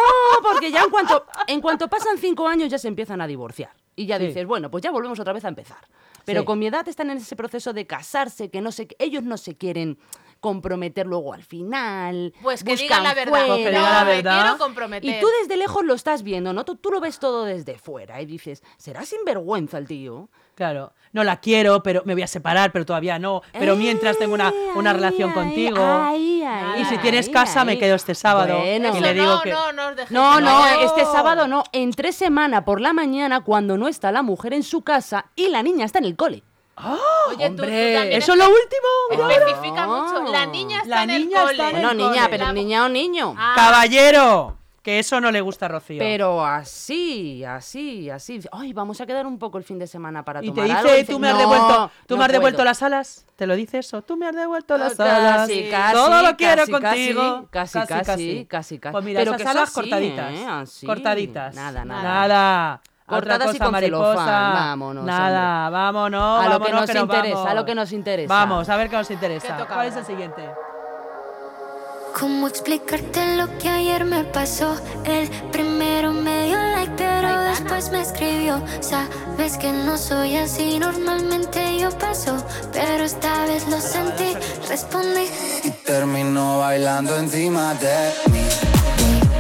[SPEAKER 2] porque ya en cuanto, en cuanto pasan cinco años ya se empiezan a divorciar. Y ya
[SPEAKER 4] Sí.
[SPEAKER 2] dices, bueno, pues ya volvemos otra vez a empezar. Pero
[SPEAKER 4] Sí.
[SPEAKER 2] con mi edad están en ese proceso de casarse, que no sé, qué- ellos no se quieren comprometer luego al final.
[SPEAKER 3] Pues que
[SPEAKER 2] buscan
[SPEAKER 3] digan la verdad.
[SPEAKER 2] fuera.
[SPEAKER 4] Pues que digan la
[SPEAKER 3] no me
[SPEAKER 4] verdad.
[SPEAKER 3] quiero comprometer.
[SPEAKER 2] Y tú desde lejos lo estás viendo, ¿no? Tú, tú lo ves todo desde fuera y dices, será sinvergüenza el tío.
[SPEAKER 4] (laughs) Claro, no la quiero, pero me voy a separar, pero todavía no. Pero mientras tengo una,
[SPEAKER 2] Eh,
[SPEAKER 4] una
[SPEAKER 2] ahí,
[SPEAKER 4] relación
[SPEAKER 2] ahí,
[SPEAKER 4] contigo.
[SPEAKER 2] ahí, ahí,
[SPEAKER 4] y si
[SPEAKER 2] ahí,
[SPEAKER 4] tienes casa, me
[SPEAKER 2] ahí.
[SPEAKER 4] quedo este sábado.
[SPEAKER 2] Bueno.
[SPEAKER 4] Y
[SPEAKER 3] Eso
[SPEAKER 4] le digo
[SPEAKER 3] no,
[SPEAKER 4] que. eh,
[SPEAKER 3] no, no os dejéis
[SPEAKER 2] No, no,
[SPEAKER 3] engañar.
[SPEAKER 2] este sábado no. Entre semana por la mañana, cuando no está la mujer en su casa y la niña está en el cole.
[SPEAKER 3] Oye, tú- tú
[SPEAKER 4] Hombre,
[SPEAKER 3] también
[SPEAKER 4] eso es lo último. mira.
[SPEAKER 3] Especifica
[SPEAKER 2] No.
[SPEAKER 3] mucho. La niña está
[SPEAKER 4] La
[SPEAKER 3] en
[SPEAKER 4] niña
[SPEAKER 3] el
[SPEAKER 4] está
[SPEAKER 3] cole.
[SPEAKER 4] en el
[SPEAKER 2] Bueno, niña,
[SPEAKER 4] cole.
[SPEAKER 2] pero
[SPEAKER 3] La-
[SPEAKER 2] niña o niño.
[SPEAKER 3] Ah,
[SPEAKER 4] Caballero, que eso no le gusta a Rocío.
[SPEAKER 2] Pero así, así, así. Ay, vamos a quedar un poco el fin de semana para
[SPEAKER 4] y te
[SPEAKER 2] tomar
[SPEAKER 4] dice,
[SPEAKER 2] algo. Y dice,
[SPEAKER 4] tú me has
[SPEAKER 2] "No,
[SPEAKER 4] devuelto, tú
[SPEAKER 2] no
[SPEAKER 4] me has devuelto
[SPEAKER 2] puedo". Ah,
[SPEAKER 4] las alas. Te lo dice eso, tú me has devuelto las
[SPEAKER 2] Casi,
[SPEAKER 4] alas.
[SPEAKER 2] casi,
[SPEAKER 4] Todo lo quiero
[SPEAKER 2] casi,
[SPEAKER 4] contigo.
[SPEAKER 2] casi, casi, casi, casi.
[SPEAKER 4] Pues mira,
[SPEAKER 2] Pero
[SPEAKER 4] esas
[SPEAKER 2] que es
[SPEAKER 4] alas
[SPEAKER 2] así,
[SPEAKER 4] cortaditas.
[SPEAKER 2] ¿eh? Así.
[SPEAKER 4] Cortaditas.
[SPEAKER 2] Nada, nada.
[SPEAKER 4] Nada. A otra
[SPEAKER 2] Cortadas y
[SPEAKER 4] cosa,
[SPEAKER 2] con
[SPEAKER 4] mariposa.
[SPEAKER 2] celofán. Vámonos,
[SPEAKER 4] Nada, vámonos.
[SPEAKER 2] A lo que
[SPEAKER 4] vámonos,
[SPEAKER 2] nos interesa,
[SPEAKER 4] vamos.
[SPEAKER 2] a lo que nos interesa.
[SPEAKER 4] Vamos, a ver qué nos interesa.
[SPEAKER 3] ¿Qué toca
[SPEAKER 4] ¿Cuál es el
[SPEAKER 3] ahora?
[SPEAKER 4] siguiente?
[SPEAKER 6] ¿Cómo explicarte lo que ayer me pasó? El primero me dio like, pero
[SPEAKER 3] Ay,
[SPEAKER 6] después me escribió. Sabes que no soy así, normalmente yo paso, pero esta vez lo sentí. Respondí.
[SPEAKER 7] y terminó bailando encima de mí.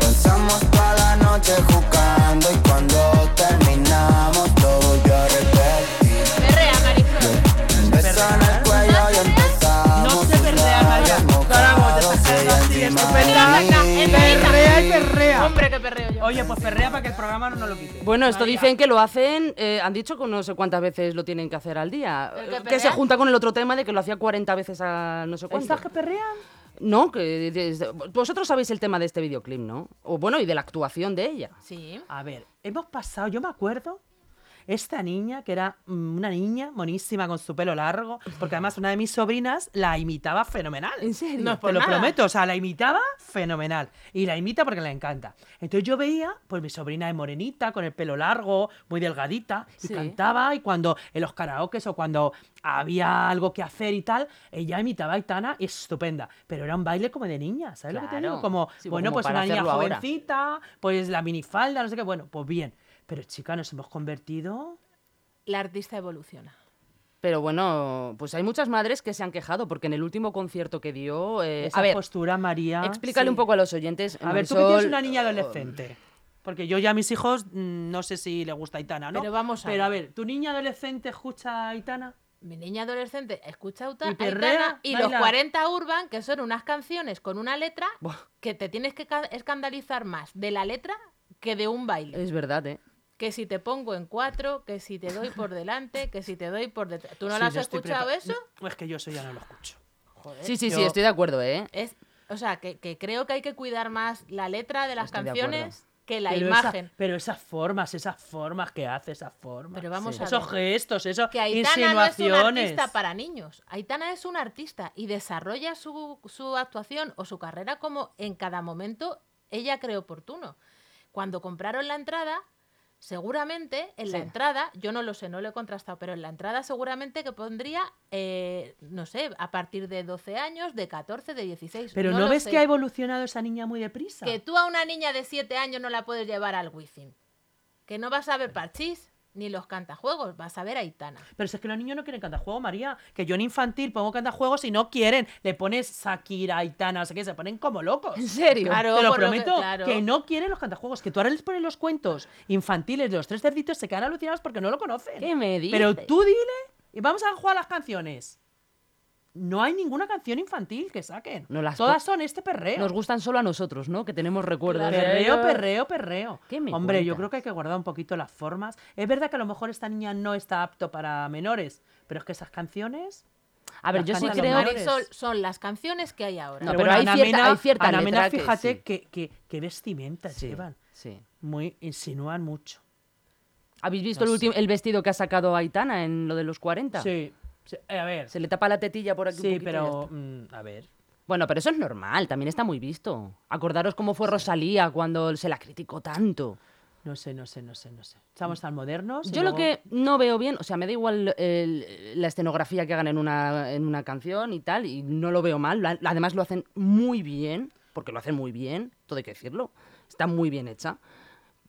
[SPEAKER 7] Pasamos toda la noche jugando y cuando terminamos todo volvió a repetir.
[SPEAKER 4] Ah,
[SPEAKER 3] Perrea, Marisol.
[SPEAKER 7] Un beso en el cuello y empezamos.
[SPEAKER 4] No se perrea, María.
[SPEAKER 7] mojados
[SPEAKER 4] Caramba, te estás quedando así,
[SPEAKER 7] y encima
[SPEAKER 4] estupenda.
[SPEAKER 7] de
[SPEAKER 3] Venga,
[SPEAKER 7] mí.
[SPEAKER 3] empieza.
[SPEAKER 4] Perrea y perrea.
[SPEAKER 3] Hombre, que perreo yo.
[SPEAKER 4] Oye, pues perrea para que el programa no nos lo quite.
[SPEAKER 2] Bueno, esto dicen que lo hacen, eh, han dicho que no sé cuántas veces lo tienen que hacer al día.
[SPEAKER 3] ¿El que
[SPEAKER 2] eh, Que, se
[SPEAKER 3] perrea?
[SPEAKER 2] junta con el otro tema de que lo hacía 40 veces a no sé cuántas.
[SPEAKER 4] ¿Estás que perrean?
[SPEAKER 2] No, que desde- vosotros sabéis el tema de este videoclip, ¿no? O bueno, y de la actuación de ella.
[SPEAKER 3] Sí.
[SPEAKER 4] A ver, hemos pasado, yo me acuerdo, esta niña que era mm, una niña monísima con su pelo largo, porque además una de mis sobrinas la imitaba fenomenal.
[SPEAKER 2] ¿En serio? Pues
[SPEAKER 4] No,
[SPEAKER 2] No
[SPEAKER 4] Te
[SPEAKER 2] es
[SPEAKER 3] por
[SPEAKER 4] lo
[SPEAKER 3] nada.
[SPEAKER 4] prometo, o sea, la imitaba fenomenal. Y la imita porque le encanta. Entonces yo veía, pues mi sobrina es morenita, con el pelo largo, muy delgadita, y
[SPEAKER 2] Sí.
[SPEAKER 4] cantaba, y cuando en los karaokes o cuando había algo que hacer y tal, ella imitaba a Aitana, y es estupenda. Pero era un baile como de niña, ¿sabes lo que te
[SPEAKER 2] Claro.
[SPEAKER 4] digo? Como,
[SPEAKER 2] Sí,
[SPEAKER 4] bueno,
[SPEAKER 2] como
[SPEAKER 4] pues
[SPEAKER 2] para
[SPEAKER 4] una niña
[SPEAKER 2] hacerlo ahora.
[SPEAKER 4] jovencita cita, pues la minifalda, no sé qué, bueno, pues bien. Pero chica, nos hemos convertido.
[SPEAKER 3] La artista evoluciona.
[SPEAKER 2] Pero bueno, pues hay muchas madres que se han quejado porque en el último concierto que dio... eh,
[SPEAKER 4] Esa
[SPEAKER 2] a ver,
[SPEAKER 4] postura, María.
[SPEAKER 2] explícale un poco a los oyentes. mm,
[SPEAKER 4] A ver, tú que
[SPEAKER 2] Marisol,
[SPEAKER 4] tienes una niña adolescente. Porque yo ya a mis hijos mm, no sé si le gusta Aitana, ¿no?
[SPEAKER 3] Pero vamos a
[SPEAKER 4] Pero
[SPEAKER 3] ver.
[SPEAKER 4] ¿tu niña adolescente escucha a Aitana?
[SPEAKER 3] Mi niña adolescente escucha Uta,
[SPEAKER 4] Y
[SPEAKER 3] Aitana
[SPEAKER 4] perrea,
[SPEAKER 3] y
[SPEAKER 4] baila.
[SPEAKER 3] los 40 Urban, que son unas canciones con una letra
[SPEAKER 2] oh, Buah.
[SPEAKER 3] que te tienes que ca- escandalizar más de la letra que de un baile.
[SPEAKER 2] Es verdad, ¿eh?
[SPEAKER 3] Que si te pongo en cuatro, que si te doy por delante, que si te doy por detrás. ¿Tú no
[SPEAKER 4] Sí,
[SPEAKER 3] las
[SPEAKER 4] yo
[SPEAKER 3] has
[SPEAKER 4] estoy
[SPEAKER 3] escuchado
[SPEAKER 4] prepa-
[SPEAKER 3] eso?
[SPEAKER 4] No, es que yo eso ya no lo escucho.
[SPEAKER 2] sí, sí, sí,
[SPEAKER 4] yo-
[SPEAKER 2] estoy de acuerdo, ¿eh?
[SPEAKER 3] Es, o sea, que, que creo que hay que cuidar más la letra de las
[SPEAKER 2] Estoy de
[SPEAKER 3] canciones que la
[SPEAKER 4] pero esa-
[SPEAKER 3] imagen.
[SPEAKER 4] pero esas formas, esas formas que hace, esas formas.
[SPEAKER 3] Pero vamos Sí. a
[SPEAKER 4] Esos
[SPEAKER 3] ver.
[SPEAKER 4] gestos, esos
[SPEAKER 3] Que Aitana no es una
[SPEAKER 4] insinuaciones.
[SPEAKER 3] artista para niños. Aitana es una artista y desarrolla su, su actuación o su carrera como en cada momento ella cree oportuno. Cuando compraron la entrada, seguramente en la
[SPEAKER 2] Sí.
[SPEAKER 3] entrada, yo no lo sé, no lo he contrastado, pero en la entrada seguramente que pondría, eh, no sé, a partir de 12 años, de 14, de 16.
[SPEAKER 4] Pero ¿no,
[SPEAKER 3] lo
[SPEAKER 4] ves
[SPEAKER 3] sé.
[SPEAKER 4] que ha evolucionado esa niña muy deprisa?
[SPEAKER 3] Que tú a una niña de 7 años no la puedes llevar al Wizzing. Que no vas a ver parchís ni los cantajuegos, vas a ver a Aitana.
[SPEAKER 4] Pero si es que los niños no quieren cantar juegos, María. Que yo en infantil pongo cantar juegos y no quieren. Le pones Shakira, Aitana, no sé qué, se ponen como locos.
[SPEAKER 2] ¿En serio?
[SPEAKER 3] Claro.
[SPEAKER 4] Te lo
[SPEAKER 3] por lo que-
[SPEAKER 4] prometo, que,
[SPEAKER 3] claro.
[SPEAKER 4] no quieren los cantajuegos. Que tú ahora les pones los cuentos infantiles de los tres cerditos, se quedan alucinados porque no lo conocen.
[SPEAKER 2] ¿Qué me dices?
[SPEAKER 4] Pero tú dile y vamos a jugar a las canciones. No hay ninguna canción infantil que saquen.
[SPEAKER 2] No las
[SPEAKER 4] Todas son este perreo.
[SPEAKER 2] Nos gustan solo a nosotros, ¿no? Que tenemos recuerdos. de
[SPEAKER 4] Perreo,
[SPEAKER 2] ellos.
[SPEAKER 4] perreo, perreo.
[SPEAKER 2] ¿Qué me
[SPEAKER 4] Hombre, yo
[SPEAKER 2] cuentas?
[SPEAKER 4] creo que hay que guardar un poquito las formas. Es verdad que a lo mejor esta niña no está apto para menores, pero es que esas canciones.
[SPEAKER 2] A ver,
[SPEAKER 4] Las
[SPEAKER 2] yo sí
[SPEAKER 4] cantan los
[SPEAKER 2] creo...
[SPEAKER 4] mayores.
[SPEAKER 3] Marisol son las canciones que hay ahora.
[SPEAKER 2] No, pero hay cierta- hay cierta
[SPEAKER 4] Ana Mena,
[SPEAKER 2] letra que
[SPEAKER 4] fíjate
[SPEAKER 2] sí.
[SPEAKER 4] que, que, qué vestimentas
[SPEAKER 2] Sí,
[SPEAKER 4] llevan.
[SPEAKER 2] sí.
[SPEAKER 4] Muy, insinúan mucho.
[SPEAKER 2] ¿Habéis visto
[SPEAKER 4] No
[SPEAKER 2] el,
[SPEAKER 4] sé.
[SPEAKER 2] último, el vestido que ha sacado Aitana en lo de los 40?
[SPEAKER 4] Sí. sí, eh, A ver.
[SPEAKER 2] Se le tapa la tetilla por aquí. un
[SPEAKER 4] Sí,
[SPEAKER 2] poquito y ya
[SPEAKER 4] pero.
[SPEAKER 2] está.
[SPEAKER 4] mm, a ver.
[SPEAKER 2] Bueno, pero eso es normal, también está muy visto. Acordaros cómo fue Rosalía cuando se la criticó tanto.
[SPEAKER 4] No sé, no sé, no sé, no sé. Estamos tan modernos. y
[SPEAKER 2] Yo lo
[SPEAKER 4] luego-
[SPEAKER 2] que no veo bien, o sea, me da igual el- la escenografía que hagan en una, en una canción y tal, y no lo veo mal. La- Además lo hacen muy bien, porque lo hacen muy bien, todo hay que decirlo. Está muy bien hecha.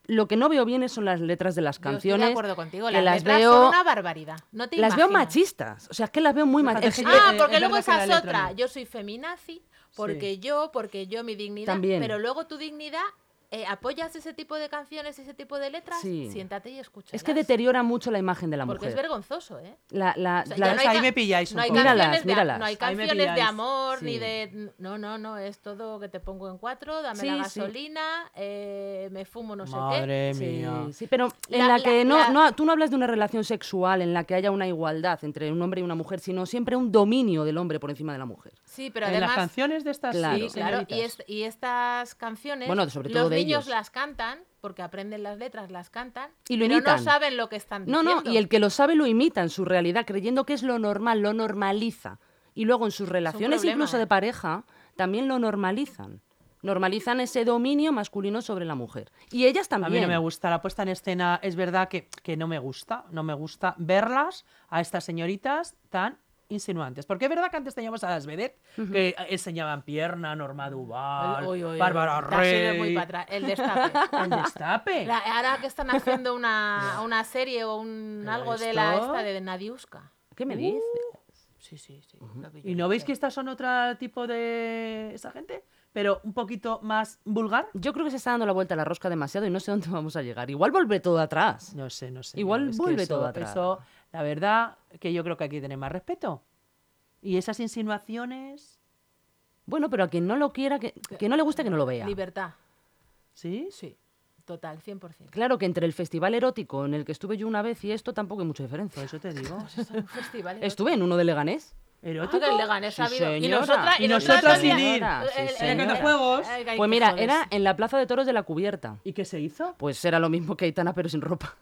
[SPEAKER 2] Lo que no veo bien son las letras de las
[SPEAKER 3] Yo
[SPEAKER 2] canciones.
[SPEAKER 3] estoy de acuerdo contigo,
[SPEAKER 2] que
[SPEAKER 3] las,
[SPEAKER 2] las
[SPEAKER 3] letras
[SPEAKER 2] veo,
[SPEAKER 3] son una barbaridad. No te
[SPEAKER 2] las veo
[SPEAKER 3] imaginas.
[SPEAKER 2] machistas. O sea, es que las veo muy
[SPEAKER 4] Fíjate
[SPEAKER 2] machistas.
[SPEAKER 4] que
[SPEAKER 3] Ah,
[SPEAKER 4] Eh,
[SPEAKER 3] porque
[SPEAKER 4] es
[SPEAKER 3] luego
[SPEAKER 4] verdad que
[SPEAKER 3] esa
[SPEAKER 4] la
[SPEAKER 3] es
[SPEAKER 4] letra
[SPEAKER 3] otra.
[SPEAKER 4] no.
[SPEAKER 3] Yo soy feminazi, porque yo, porque yo, mi dignidad.
[SPEAKER 2] También.
[SPEAKER 3] Pero luego tu dignidad, eh, ¿apoyas ese tipo de canciones, ese tipo de letras?
[SPEAKER 2] Sí.
[SPEAKER 3] Siéntate y escucha.
[SPEAKER 2] Es que deteriora mucho la imagen de la
[SPEAKER 3] Porque es
[SPEAKER 2] mujer.
[SPEAKER 3] vergonzoso, ¿eh?
[SPEAKER 2] La- la-
[SPEAKER 3] O sea,
[SPEAKER 2] la-
[SPEAKER 3] ya no hay
[SPEAKER 4] ahí
[SPEAKER 3] ca-
[SPEAKER 4] me pilláis
[SPEAKER 3] no
[SPEAKER 4] un
[SPEAKER 3] hay
[SPEAKER 4] poco.
[SPEAKER 3] canciones
[SPEAKER 2] Míralas,
[SPEAKER 3] de-
[SPEAKER 2] míralas.
[SPEAKER 3] No hay
[SPEAKER 4] Ahí me
[SPEAKER 3] canciones de
[SPEAKER 4] pilláis.
[SPEAKER 3] amor, ni
[SPEAKER 2] Sí.
[SPEAKER 3] de... No, no, no, es todo que te pongo en cuatro, dame la
[SPEAKER 2] Sí, sí.
[SPEAKER 3] gasolina, eh, me fumo no sé qué.
[SPEAKER 4] Madre
[SPEAKER 2] Sí,
[SPEAKER 4] mía.
[SPEAKER 2] sí, pero en
[SPEAKER 3] La-
[SPEAKER 2] la, que
[SPEAKER 3] la-
[SPEAKER 2] no,
[SPEAKER 3] la-
[SPEAKER 2] no- tú no hablas de una relación sexual en la que haya una igualdad entre un hombre y una mujer, sino siempre un dominio del hombre por encima de la mujer.
[SPEAKER 3] Sí, pero
[SPEAKER 4] en las
[SPEAKER 3] además...
[SPEAKER 4] canciones de estas.
[SPEAKER 2] Claro.
[SPEAKER 3] Sí, claro. Y,
[SPEAKER 4] señoritas.
[SPEAKER 3] es- y estas canciones,
[SPEAKER 2] Bueno, sobre todo
[SPEAKER 3] los
[SPEAKER 2] de
[SPEAKER 3] niños
[SPEAKER 2] ellos.
[SPEAKER 3] las cantan, porque aprenden las letras, las cantan,
[SPEAKER 2] Y lo
[SPEAKER 3] pero no
[SPEAKER 2] imitan.
[SPEAKER 3] saben lo que están
[SPEAKER 2] No,
[SPEAKER 3] diciendo.
[SPEAKER 2] no, y el que lo sabe lo imita en su realidad, creyendo que es lo normal, lo normaliza. Y luego en sus relaciones,
[SPEAKER 3] problema,
[SPEAKER 2] incluso
[SPEAKER 3] ¿eh?
[SPEAKER 2] de pareja, también lo normalizan. Normalizan ese dominio masculino sobre la mujer. Y ellas
[SPEAKER 4] A
[SPEAKER 2] también.
[SPEAKER 4] mí no me gusta la puesta en escena. Es verdad que, que no me gusta. No me gusta verlas a estas señoritas tan insinuantes. Porque es verdad que antes teníamos a las vedettes que enseñaban pierna, Norma Duval,
[SPEAKER 3] Uy, uy, uy,
[SPEAKER 4] Bárbara
[SPEAKER 3] te has ido muy
[SPEAKER 4] Rey,
[SPEAKER 3] para atrás. El destape.
[SPEAKER 2] (laughs)
[SPEAKER 4] al destape.
[SPEAKER 3] (laughs) La- ahora que están
[SPEAKER 4] (laughs)
[SPEAKER 3] haciendo una, una serie o un
[SPEAKER 4] Pero
[SPEAKER 3] algo de la
[SPEAKER 4] esto-
[SPEAKER 3] esta de Nadiuska.
[SPEAKER 2] ¿Qué me dices?
[SPEAKER 3] Sí, sí, sí.
[SPEAKER 4] ¿Y no veis que estas son otro tipo de esa gente? Pero un poquito más vulgar.
[SPEAKER 2] Yo creo que se está dando la vuelta a la rosca demasiado y no sé dónde (laughs) vamos a llegar. Igual vuelve todo atrás.
[SPEAKER 4] No sé, no sé.
[SPEAKER 2] Igual
[SPEAKER 4] yo, es que
[SPEAKER 2] vuelve
[SPEAKER 4] eso-
[SPEAKER 2] todo atrás.
[SPEAKER 4] Eso, la verdad, que yo creo que hay que tener más respeto. Y esas insinuaciones.
[SPEAKER 2] Bueno, pero a quien no lo quiera, que, que no le guste, que no lo vea.
[SPEAKER 3] Libertad.
[SPEAKER 4] ¿Sí?
[SPEAKER 3] Sí. Total,
[SPEAKER 2] (laughs)
[SPEAKER 3] 100%.
[SPEAKER 2] Claro que entre el festival erótico en el que estuve yo una vez y esto tampoco hay mucha
[SPEAKER 4] Por
[SPEAKER 2] diferencia.
[SPEAKER 4] eso te digo.
[SPEAKER 3] Un festival erótico.
[SPEAKER 2] Estuve en uno de Leganés.
[SPEAKER 4] Erótico.
[SPEAKER 3] Ah, que el Leganés
[SPEAKER 2] Sí,
[SPEAKER 3] ha habido. Y
[SPEAKER 2] señora.
[SPEAKER 3] nosotras,
[SPEAKER 4] Y nosotras
[SPEAKER 3] mira,
[SPEAKER 4] sin ir.
[SPEAKER 3] el- el-
[SPEAKER 2] Sí,
[SPEAKER 3] el-
[SPEAKER 2] señora.
[SPEAKER 4] Juegos.
[SPEAKER 3] Ay, ay,
[SPEAKER 2] Pues
[SPEAKER 3] qué
[SPEAKER 2] mira,
[SPEAKER 3] jodes.
[SPEAKER 2] era en la Plaza de Toros de la Cubierta.
[SPEAKER 4] ¿Y qué se hizo?
[SPEAKER 2] Pues era lo mismo que Aitana, pero sin ropa.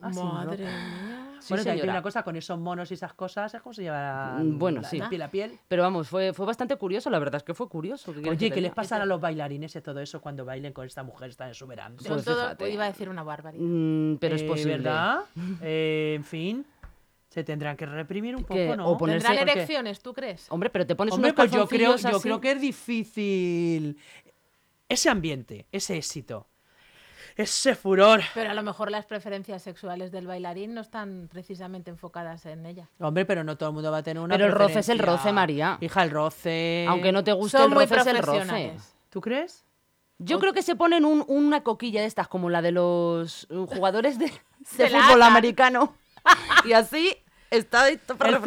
[SPEAKER 4] Ah, sin
[SPEAKER 3] Madre
[SPEAKER 4] ropa.
[SPEAKER 3] mía.
[SPEAKER 2] Sí,
[SPEAKER 4] Bueno, que hay
[SPEAKER 2] señora.
[SPEAKER 4] una cosa con esos monos y esas cosas, es como se lleva
[SPEAKER 2] Mm, bueno, sí.
[SPEAKER 4] piel a piel.
[SPEAKER 2] Pero vamos, fue, fue bastante curioso, la verdad es que fue curioso. ¿qué quieres que
[SPEAKER 4] Oye,
[SPEAKER 2] te
[SPEAKER 4] ¿qué les
[SPEAKER 2] diga?
[SPEAKER 4] pasará a los bailarines y todo eso cuando bailen con esta mujer tan exuberante?
[SPEAKER 3] Son
[SPEAKER 2] Pues
[SPEAKER 3] todo-
[SPEAKER 2] fíjate.
[SPEAKER 3] iba a decir una barbaridad.
[SPEAKER 2] Mm, pero es
[SPEAKER 4] Eh,
[SPEAKER 2] posible. (laughs)
[SPEAKER 4] ¿Verdad? Eh, en fin, se tendrán que reprimir un
[SPEAKER 2] Que-
[SPEAKER 4] poco, ¿no?
[SPEAKER 2] o ponerse-
[SPEAKER 3] ¿Tendrán
[SPEAKER 4] porque-
[SPEAKER 3] erecciones, tú crees?
[SPEAKER 2] Hombre, pero te pones
[SPEAKER 4] Hombre,
[SPEAKER 2] unos
[SPEAKER 4] pues yo creo,
[SPEAKER 2] calzoncillos
[SPEAKER 4] yo
[SPEAKER 2] así.
[SPEAKER 4] creo que es difícil. Ese ambiente, ese éxito, ese furor.
[SPEAKER 3] Pero a lo mejor las preferencias sexuales del bailarín no están precisamente enfocadas en ella.
[SPEAKER 4] Hombre, pero no todo el mundo va a tener una.
[SPEAKER 2] Pero el roce es el
[SPEAKER 4] preferencia.
[SPEAKER 2] roce, María.
[SPEAKER 4] Hija, el roce.
[SPEAKER 2] Aunque no te guste
[SPEAKER 3] Son
[SPEAKER 2] el
[SPEAKER 3] muy
[SPEAKER 2] roce, es el roce.
[SPEAKER 3] profesionales.
[SPEAKER 4] ¿Tú crees?
[SPEAKER 2] Yo creo que se ponen un- una coquilla de estas, como la de los eh, jugadores de, (laughs)
[SPEAKER 3] Se
[SPEAKER 2] de
[SPEAKER 3] la
[SPEAKER 2] fútbol
[SPEAKER 3] atan.
[SPEAKER 2] americano. (laughs) Y así está, está
[SPEAKER 4] El
[SPEAKER 2] reprimido.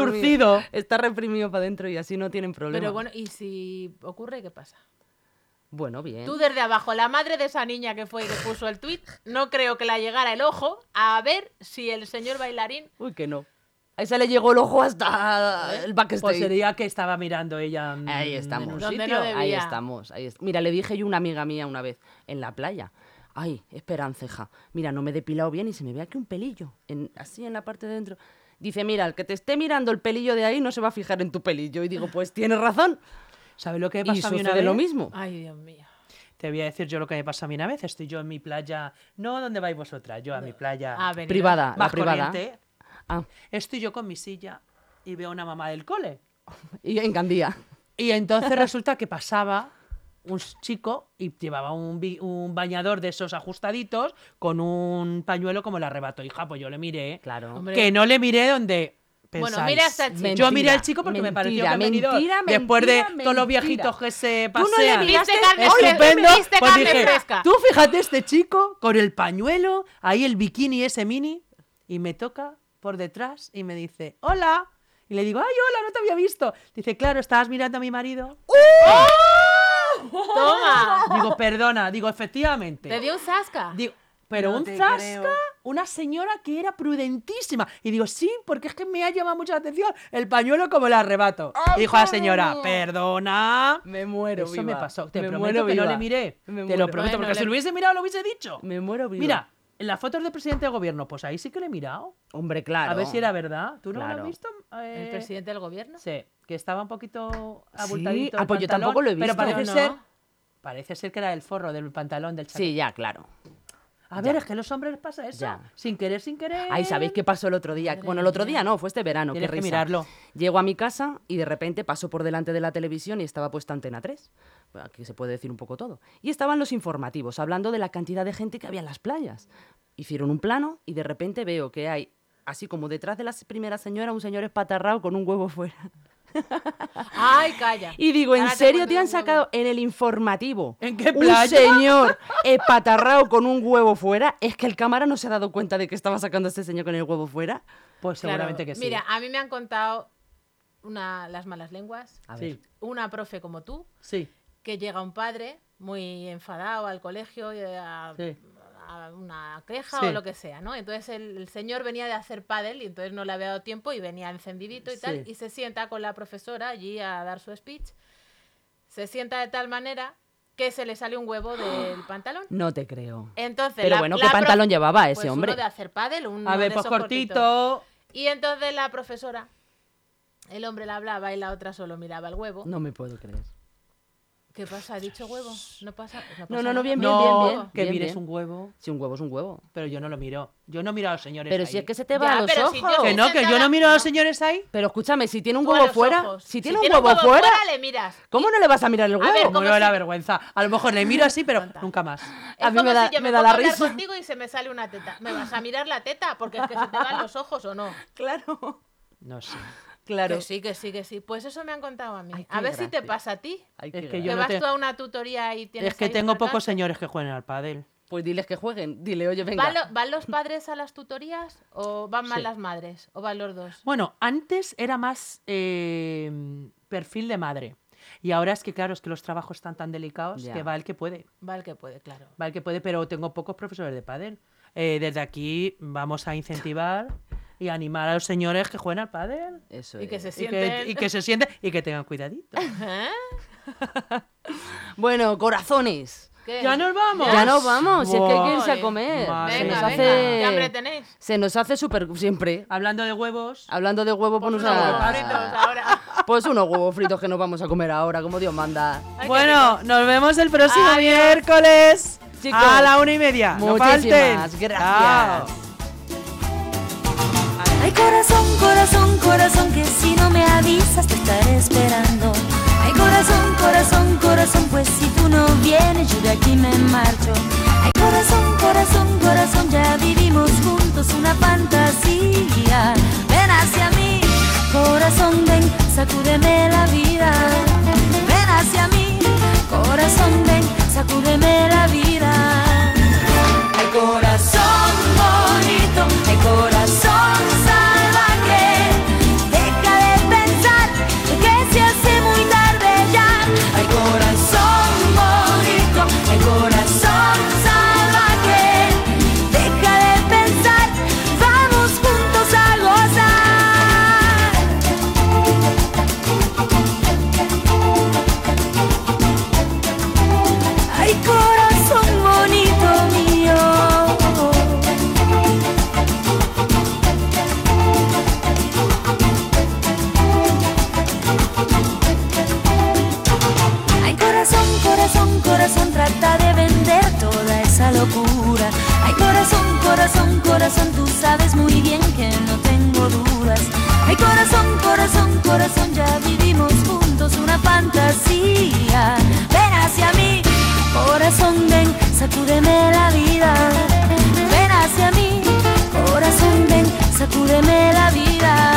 [SPEAKER 4] zurcido.
[SPEAKER 2] Está reprimido para adentro y así no tienen problema.
[SPEAKER 3] Pero bueno, ¿y si ocurre, qué pasa?
[SPEAKER 2] Bueno, bien.
[SPEAKER 3] Tú desde abajo, la madre de esa niña que fue y que puso el tuit, no creo que la llegara el ojo a ver si el señor bailarín
[SPEAKER 2] Uy, que no. A esa le llegó el ojo hasta el backstage.
[SPEAKER 4] Pues sería que estaba mirando ella. mm,
[SPEAKER 2] Ahí
[SPEAKER 4] en un
[SPEAKER 2] estamos.
[SPEAKER 3] Donde
[SPEAKER 4] sitio.
[SPEAKER 3] no debe-
[SPEAKER 2] Ahí
[SPEAKER 3] debía.
[SPEAKER 2] estamos. Ahí est- Mira, le dije yo a una amiga mía una vez en la playa. Ay, esperanceja. Mira, no me he depilado bien y se me ve aquí un pelillo. en- así en la parte de dentro. Dice, mira, el que te esté mirando el pelillo de ahí no se va a fijar en tu pelillo. Y digo, pues tienes razón.
[SPEAKER 4] ¿Sabes lo que me
[SPEAKER 2] Y
[SPEAKER 4] pasó a mí una
[SPEAKER 2] sucede
[SPEAKER 4] vez? Ah,
[SPEAKER 2] lo mismo.
[SPEAKER 3] Ay, Dios mío.
[SPEAKER 4] Te voy a decir yo lo que me pasó a mí una vez. Estoy yo en mi playa. No, ¿dónde vais vosotras? Yo a mi playa.
[SPEAKER 3] A ver.
[SPEAKER 2] Privada, la
[SPEAKER 4] más
[SPEAKER 2] privada.
[SPEAKER 4] corriente.
[SPEAKER 2] Ah,
[SPEAKER 4] Estoy yo con mi silla y veo una mamá del cole.
[SPEAKER 2] y en Gandía. (laughs)
[SPEAKER 4] Y entonces resulta que pasaba un chico y llevaba un, bi- un bañador de esos ajustaditos con un pañuelo como la arrebató. Hija, pues yo le miré.
[SPEAKER 2] Claro.
[SPEAKER 3] Hombre.
[SPEAKER 4] Que no le miré donde pensáis.
[SPEAKER 3] Bueno, mira hasta el chico.
[SPEAKER 2] Mentira,
[SPEAKER 4] Yo miré al chico porque me pareció que
[SPEAKER 2] mentira,
[SPEAKER 4] ha venido
[SPEAKER 2] mentira,
[SPEAKER 4] después de
[SPEAKER 2] mentira,
[SPEAKER 4] todos los
[SPEAKER 2] mentira.
[SPEAKER 4] viejitos que se
[SPEAKER 2] Tú no le
[SPEAKER 4] pasean.
[SPEAKER 2] miraste
[SPEAKER 3] Viste carne
[SPEAKER 2] Oye,
[SPEAKER 3] fresca,
[SPEAKER 4] Estupendo.
[SPEAKER 3] viste
[SPEAKER 4] Pues
[SPEAKER 3] carne
[SPEAKER 4] dije,
[SPEAKER 3] fresca.
[SPEAKER 4] tú fíjate este chico con el pañuelo, ahí el bikini ese mini, y me toca por detrás y me dice, hola. Y le digo, ay, hola, no te había visto. Dice, claro, estabas mirando a mi marido.
[SPEAKER 3] ¡Oh! Toma.
[SPEAKER 4] Digo, perdona, digo, efectivamente.
[SPEAKER 3] Te dio un sasca.
[SPEAKER 4] Digo, pero
[SPEAKER 5] No
[SPEAKER 4] un
[SPEAKER 5] te
[SPEAKER 4] zasca,
[SPEAKER 5] creo.
[SPEAKER 4] una señora que era prudentísima. Y digo, sí, porque es que me ha llamado mucho la atención el pañuelo como el arrebato. Y dijo la señora, perdona.
[SPEAKER 2] Me muero,
[SPEAKER 4] Eso me pasó. Te
[SPEAKER 2] me
[SPEAKER 4] prometo que no le miré. Te lo prometo,
[SPEAKER 3] Bueno,
[SPEAKER 4] porque
[SPEAKER 3] le-
[SPEAKER 4] si lo hubiese mirado, lo hubiese dicho.
[SPEAKER 2] Me muero viva.
[SPEAKER 4] Mira, en las fotos del presidente del gobierno, pues ahí sí que le he mirado.
[SPEAKER 2] Hombre, claro.
[SPEAKER 4] A ver si era verdad. ¿Tú no lo
[SPEAKER 2] Claro.
[SPEAKER 4] has visto? Eh,
[SPEAKER 3] ¿El presidente del gobierno?
[SPEAKER 4] Sí, que estaba un poquito
[SPEAKER 2] Sí,
[SPEAKER 4] abultadito.
[SPEAKER 2] ah,
[SPEAKER 4] el
[SPEAKER 2] pues yo
[SPEAKER 4] pantalón,
[SPEAKER 2] tampoco lo he
[SPEAKER 4] Pero
[SPEAKER 2] visto.
[SPEAKER 4] parece
[SPEAKER 3] No, no.
[SPEAKER 4] ser. Parece ser que era el forro del pantalón del chaqueta.
[SPEAKER 2] Sí, ya, claro.
[SPEAKER 4] A ver, es que a los hombres les pasa eso.
[SPEAKER 2] Ya.
[SPEAKER 4] Sin querer, sin querer.
[SPEAKER 2] Ay, ¿sabéis qué pasó el otro día? bueno, el otro día no, fue este verano.
[SPEAKER 4] Tienes
[SPEAKER 2] qué
[SPEAKER 4] que
[SPEAKER 2] risa.
[SPEAKER 4] mirarlo.
[SPEAKER 2] Llego a mi casa y de repente paso por delante de la televisión y estaba puesta Antena 3. Bueno, Aquí se puede decir un poco todo. Y estaban los informativos hablando de la cantidad de gente que había en las playas. Hicieron un plano y de repente veo que hay, así como detrás de la primera señora, un señor espatarrado con un huevo fuera.
[SPEAKER 3] Ay, calla.
[SPEAKER 2] Y digo, ¿en
[SPEAKER 3] Ahora te
[SPEAKER 2] serio
[SPEAKER 3] cuento
[SPEAKER 2] te han
[SPEAKER 3] los huevos.
[SPEAKER 2] sacado en el informativo?
[SPEAKER 4] ¿En qué
[SPEAKER 2] Un
[SPEAKER 4] playa?
[SPEAKER 2] señor espatarrado con un huevo fuera. Es que el cámara no se ha dado cuenta de que estaba sacando a este señor con el huevo fuera.
[SPEAKER 4] Pues
[SPEAKER 3] Claro,
[SPEAKER 4] seguramente que sí.
[SPEAKER 3] Mira, a mí me han contado una, las malas lenguas.
[SPEAKER 2] A ver.
[SPEAKER 4] sí,
[SPEAKER 3] Una profe como tú,
[SPEAKER 4] sí.
[SPEAKER 3] que llega un padre muy enfadado al colegio, eh, a,
[SPEAKER 4] Sí.
[SPEAKER 3] a una queja
[SPEAKER 4] Sí.
[SPEAKER 3] o lo que sea, ¿no? Entonces el, el señor venía de hacer pádel y entonces no le había dado tiempo y venía encendidito y tal,
[SPEAKER 4] Sí.
[SPEAKER 3] y se sienta con la profesora allí a dar su speech. Se sienta de tal manera que se le sale un huevo del pantalón.
[SPEAKER 2] No te creo.
[SPEAKER 3] Entonces,
[SPEAKER 2] Pero
[SPEAKER 3] Eh, la-
[SPEAKER 2] bueno,
[SPEAKER 3] la
[SPEAKER 2] ¿qué
[SPEAKER 3] prof-
[SPEAKER 2] pantalón llevaba
[SPEAKER 3] pues
[SPEAKER 2] ese hombre?
[SPEAKER 3] Uno de hacer pádel, uno
[SPEAKER 4] A ver,
[SPEAKER 3] de
[SPEAKER 4] pues
[SPEAKER 3] esos cortitos.
[SPEAKER 4] cortito.
[SPEAKER 3] Y entonces la profesora, el hombre la hablaba y la otra solo miraba el huevo.
[SPEAKER 2] No me puedo creer.
[SPEAKER 3] ¿Qué pasa? ¿He dicho huevo? No pasa. No, pasa
[SPEAKER 2] no,
[SPEAKER 3] nada.
[SPEAKER 2] no, bien, bien,
[SPEAKER 4] no,
[SPEAKER 2] bien, bien.
[SPEAKER 4] que
[SPEAKER 2] bien,
[SPEAKER 4] mires
[SPEAKER 2] bien.
[SPEAKER 4] un huevo.
[SPEAKER 2] Si un huevo es un huevo.
[SPEAKER 4] Pero yo no lo miro. Yo no miro a los señores
[SPEAKER 2] Pero
[SPEAKER 4] ahí.
[SPEAKER 2] si es que se te va
[SPEAKER 3] Ya,
[SPEAKER 2] a los
[SPEAKER 3] pero
[SPEAKER 2] ojos.
[SPEAKER 3] si
[SPEAKER 4] Que no, que yo no miro a los señores ahí.
[SPEAKER 2] Pero escúchame, si tiene un
[SPEAKER 3] Tú a
[SPEAKER 2] huevo
[SPEAKER 3] los
[SPEAKER 2] fuera,
[SPEAKER 3] ojos.
[SPEAKER 2] si tiene un huevo, fuera,
[SPEAKER 3] le miras.
[SPEAKER 2] ¿cómo no le vas a mirar el huevo?
[SPEAKER 3] ver,
[SPEAKER 4] Me
[SPEAKER 3] ¿cómo
[SPEAKER 4] muero de la
[SPEAKER 3] si-
[SPEAKER 4] vergüenza. A lo mejor le miro así, pero nunca más.
[SPEAKER 3] Es
[SPEAKER 2] A mí
[SPEAKER 3] como
[SPEAKER 2] me da-
[SPEAKER 3] si yo
[SPEAKER 2] me
[SPEAKER 3] me,
[SPEAKER 2] da
[SPEAKER 3] pongo
[SPEAKER 2] la
[SPEAKER 3] a hablar
[SPEAKER 2] risa.
[SPEAKER 3] contigo y se me sale una teta. ¿Me vas a mirar la teta? Porque es que se te van los ojos o no.
[SPEAKER 2] Claro,
[SPEAKER 4] No sé.
[SPEAKER 2] (laughs) claro.
[SPEAKER 3] Que sí, que sí, que sí. Pues eso me han contado a mí.
[SPEAKER 2] Ay,
[SPEAKER 3] a
[SPEAKER 2] qué
[SPEAKER 3] ver si te
[SPEAKER 2] gracia.
[SPEAKER 3] pasa a ti.
[SPEAKER 2] Ay,
[SPEAKER 4] Es
[SPEAKER 2] qué
[SPEAKER 4] que
[SPEAKER 2] gra-
[SPEAKER 4] yo
[SPEAKER 3] que
[SPEAKER 4] no
[SPEAKER 3] vas
[SPEAKER 4] te-
[SPEAKER 3] tú a una tutoría y tienes
[SPEAKER 4] Es que
[SPEAKER 3] ahí
[SPEAKER 4] tengo
[SPEAKER 3] un
[SPEAKER 4] pocos
[SPEAKER 3] alcance.
[SPEAKER 4] señores que juegan al pádel.
[SPEAKER 2] Pues diles que jueguen. Dile, oye, venga.
[SPEAKER 3] ¿Van, lo- van los padres a las tutorías o van más
[SPEAKER 4] Sí.
[SPEAKER 3] las madres? ¿O van los dos?
[SPEAKER 4] Bueno, antes era más eh, perfil de madre. Y ahora es que, claro, es que los trabajos están tan delicados
[SPEAKER 2] Ya.
[SPEAKER 4] que va el que puede.
[SPEAKER 3] Va el que puede, claro.
[SPEAKER 4] Va el que puede, pero tengo pocos profesores de pádel. Eh, desde aquí vamos a incentivar y animar a los señores que jueguen al pádel.
[SPEAKER 2] Eso
[SPEAKER 3] Y que
[SPEAKER 2] es.
[SPEAKER 3] se
[SPEAKER 4] Y que,
[SPEAKER 3] sienten.
[SPEAKER 4] y que se sienten y que
[SPEAKER 2] (laughs)
[SPEAKER 4] tengan cuidadito.
[SPEAKER 3] ¿Eh?
[SPEAKER 2] Bueno, corazones.
[SPEAKER 3] ¿Qué?
[SPEAKER 4] ¡Ya nos vamos!
[SPEAKER 2] Ya nos vamos, si es que hay que irse a
[SPEAKER 3] Ole.
[SPEAKER 2] comer.
[SPEAKER 4] Madre
[SPEAKER 2] se nos
[SPEAKER 3] Venga, venga.
[SPEAKER 2] hace.
[SPEAKER 3] ¿Qué hambre tenéis?
[SPEAKER 2] Se nos hace súper. Siempre.
[SPEAKER 4] Hablando de huevos,
[SPEAKER 2] Hablando de huevo,
[SPEAKER 3] Pues
[SPEAKER 2] ponos
[SPEAKER 3] unos huevos
[SPEAKER 2] a.
[SPEAKER 3] fritos ahora.
[SPEAKER 2] Pues unos huevos fritos que nos vamos a comer ahora, como Dios manda.
[SPEAKER 3] Ay, qué
[SPEAKER 4] Bueno, nos vemos el próximo miércoles
[SPEAKER 2] Chicos,
[SPEAKER 4] a la una y media. No falten.
[SPEAKER 2] muchísimas gracias.
[SPEAKER 4] Chao.
[SPEAKER 1] Ay corazón, corazón, corazón, que si no me avisas te estaré esperando. Ay corazón, corazón, corazón, pues si tú no vienes yo de aquí me marcho. Ay corazón, corazón, corazón, ya vivimos juntos una fantasía. Ven hacia mí, corazón, ven, sacúdeme la vida. Ven hacia mí, corazón, ven, sacúdeme la vida. Hay corazón bonito, hay corazón salvaje. Deja de pensar que se hace muy tarde ya. Hay corazón bonito, hay corazón salvaje. Deja de pensar, vamos juntos a gozar. Ay, corazón bonito mío. Ay, corazón, corazón, corazón, trata de vender toda esa locura. Ay, corazón, corazón, corazón, tú sabes muy bien que no tengo dudas. Ay, corazón, corazón, corazón, ya vivimos juntos una fantasía. Ven hacia mí, corazón, ven, sacúdeme la vida. Ven hacia mí, corazón, ven, sacúdeme la vida.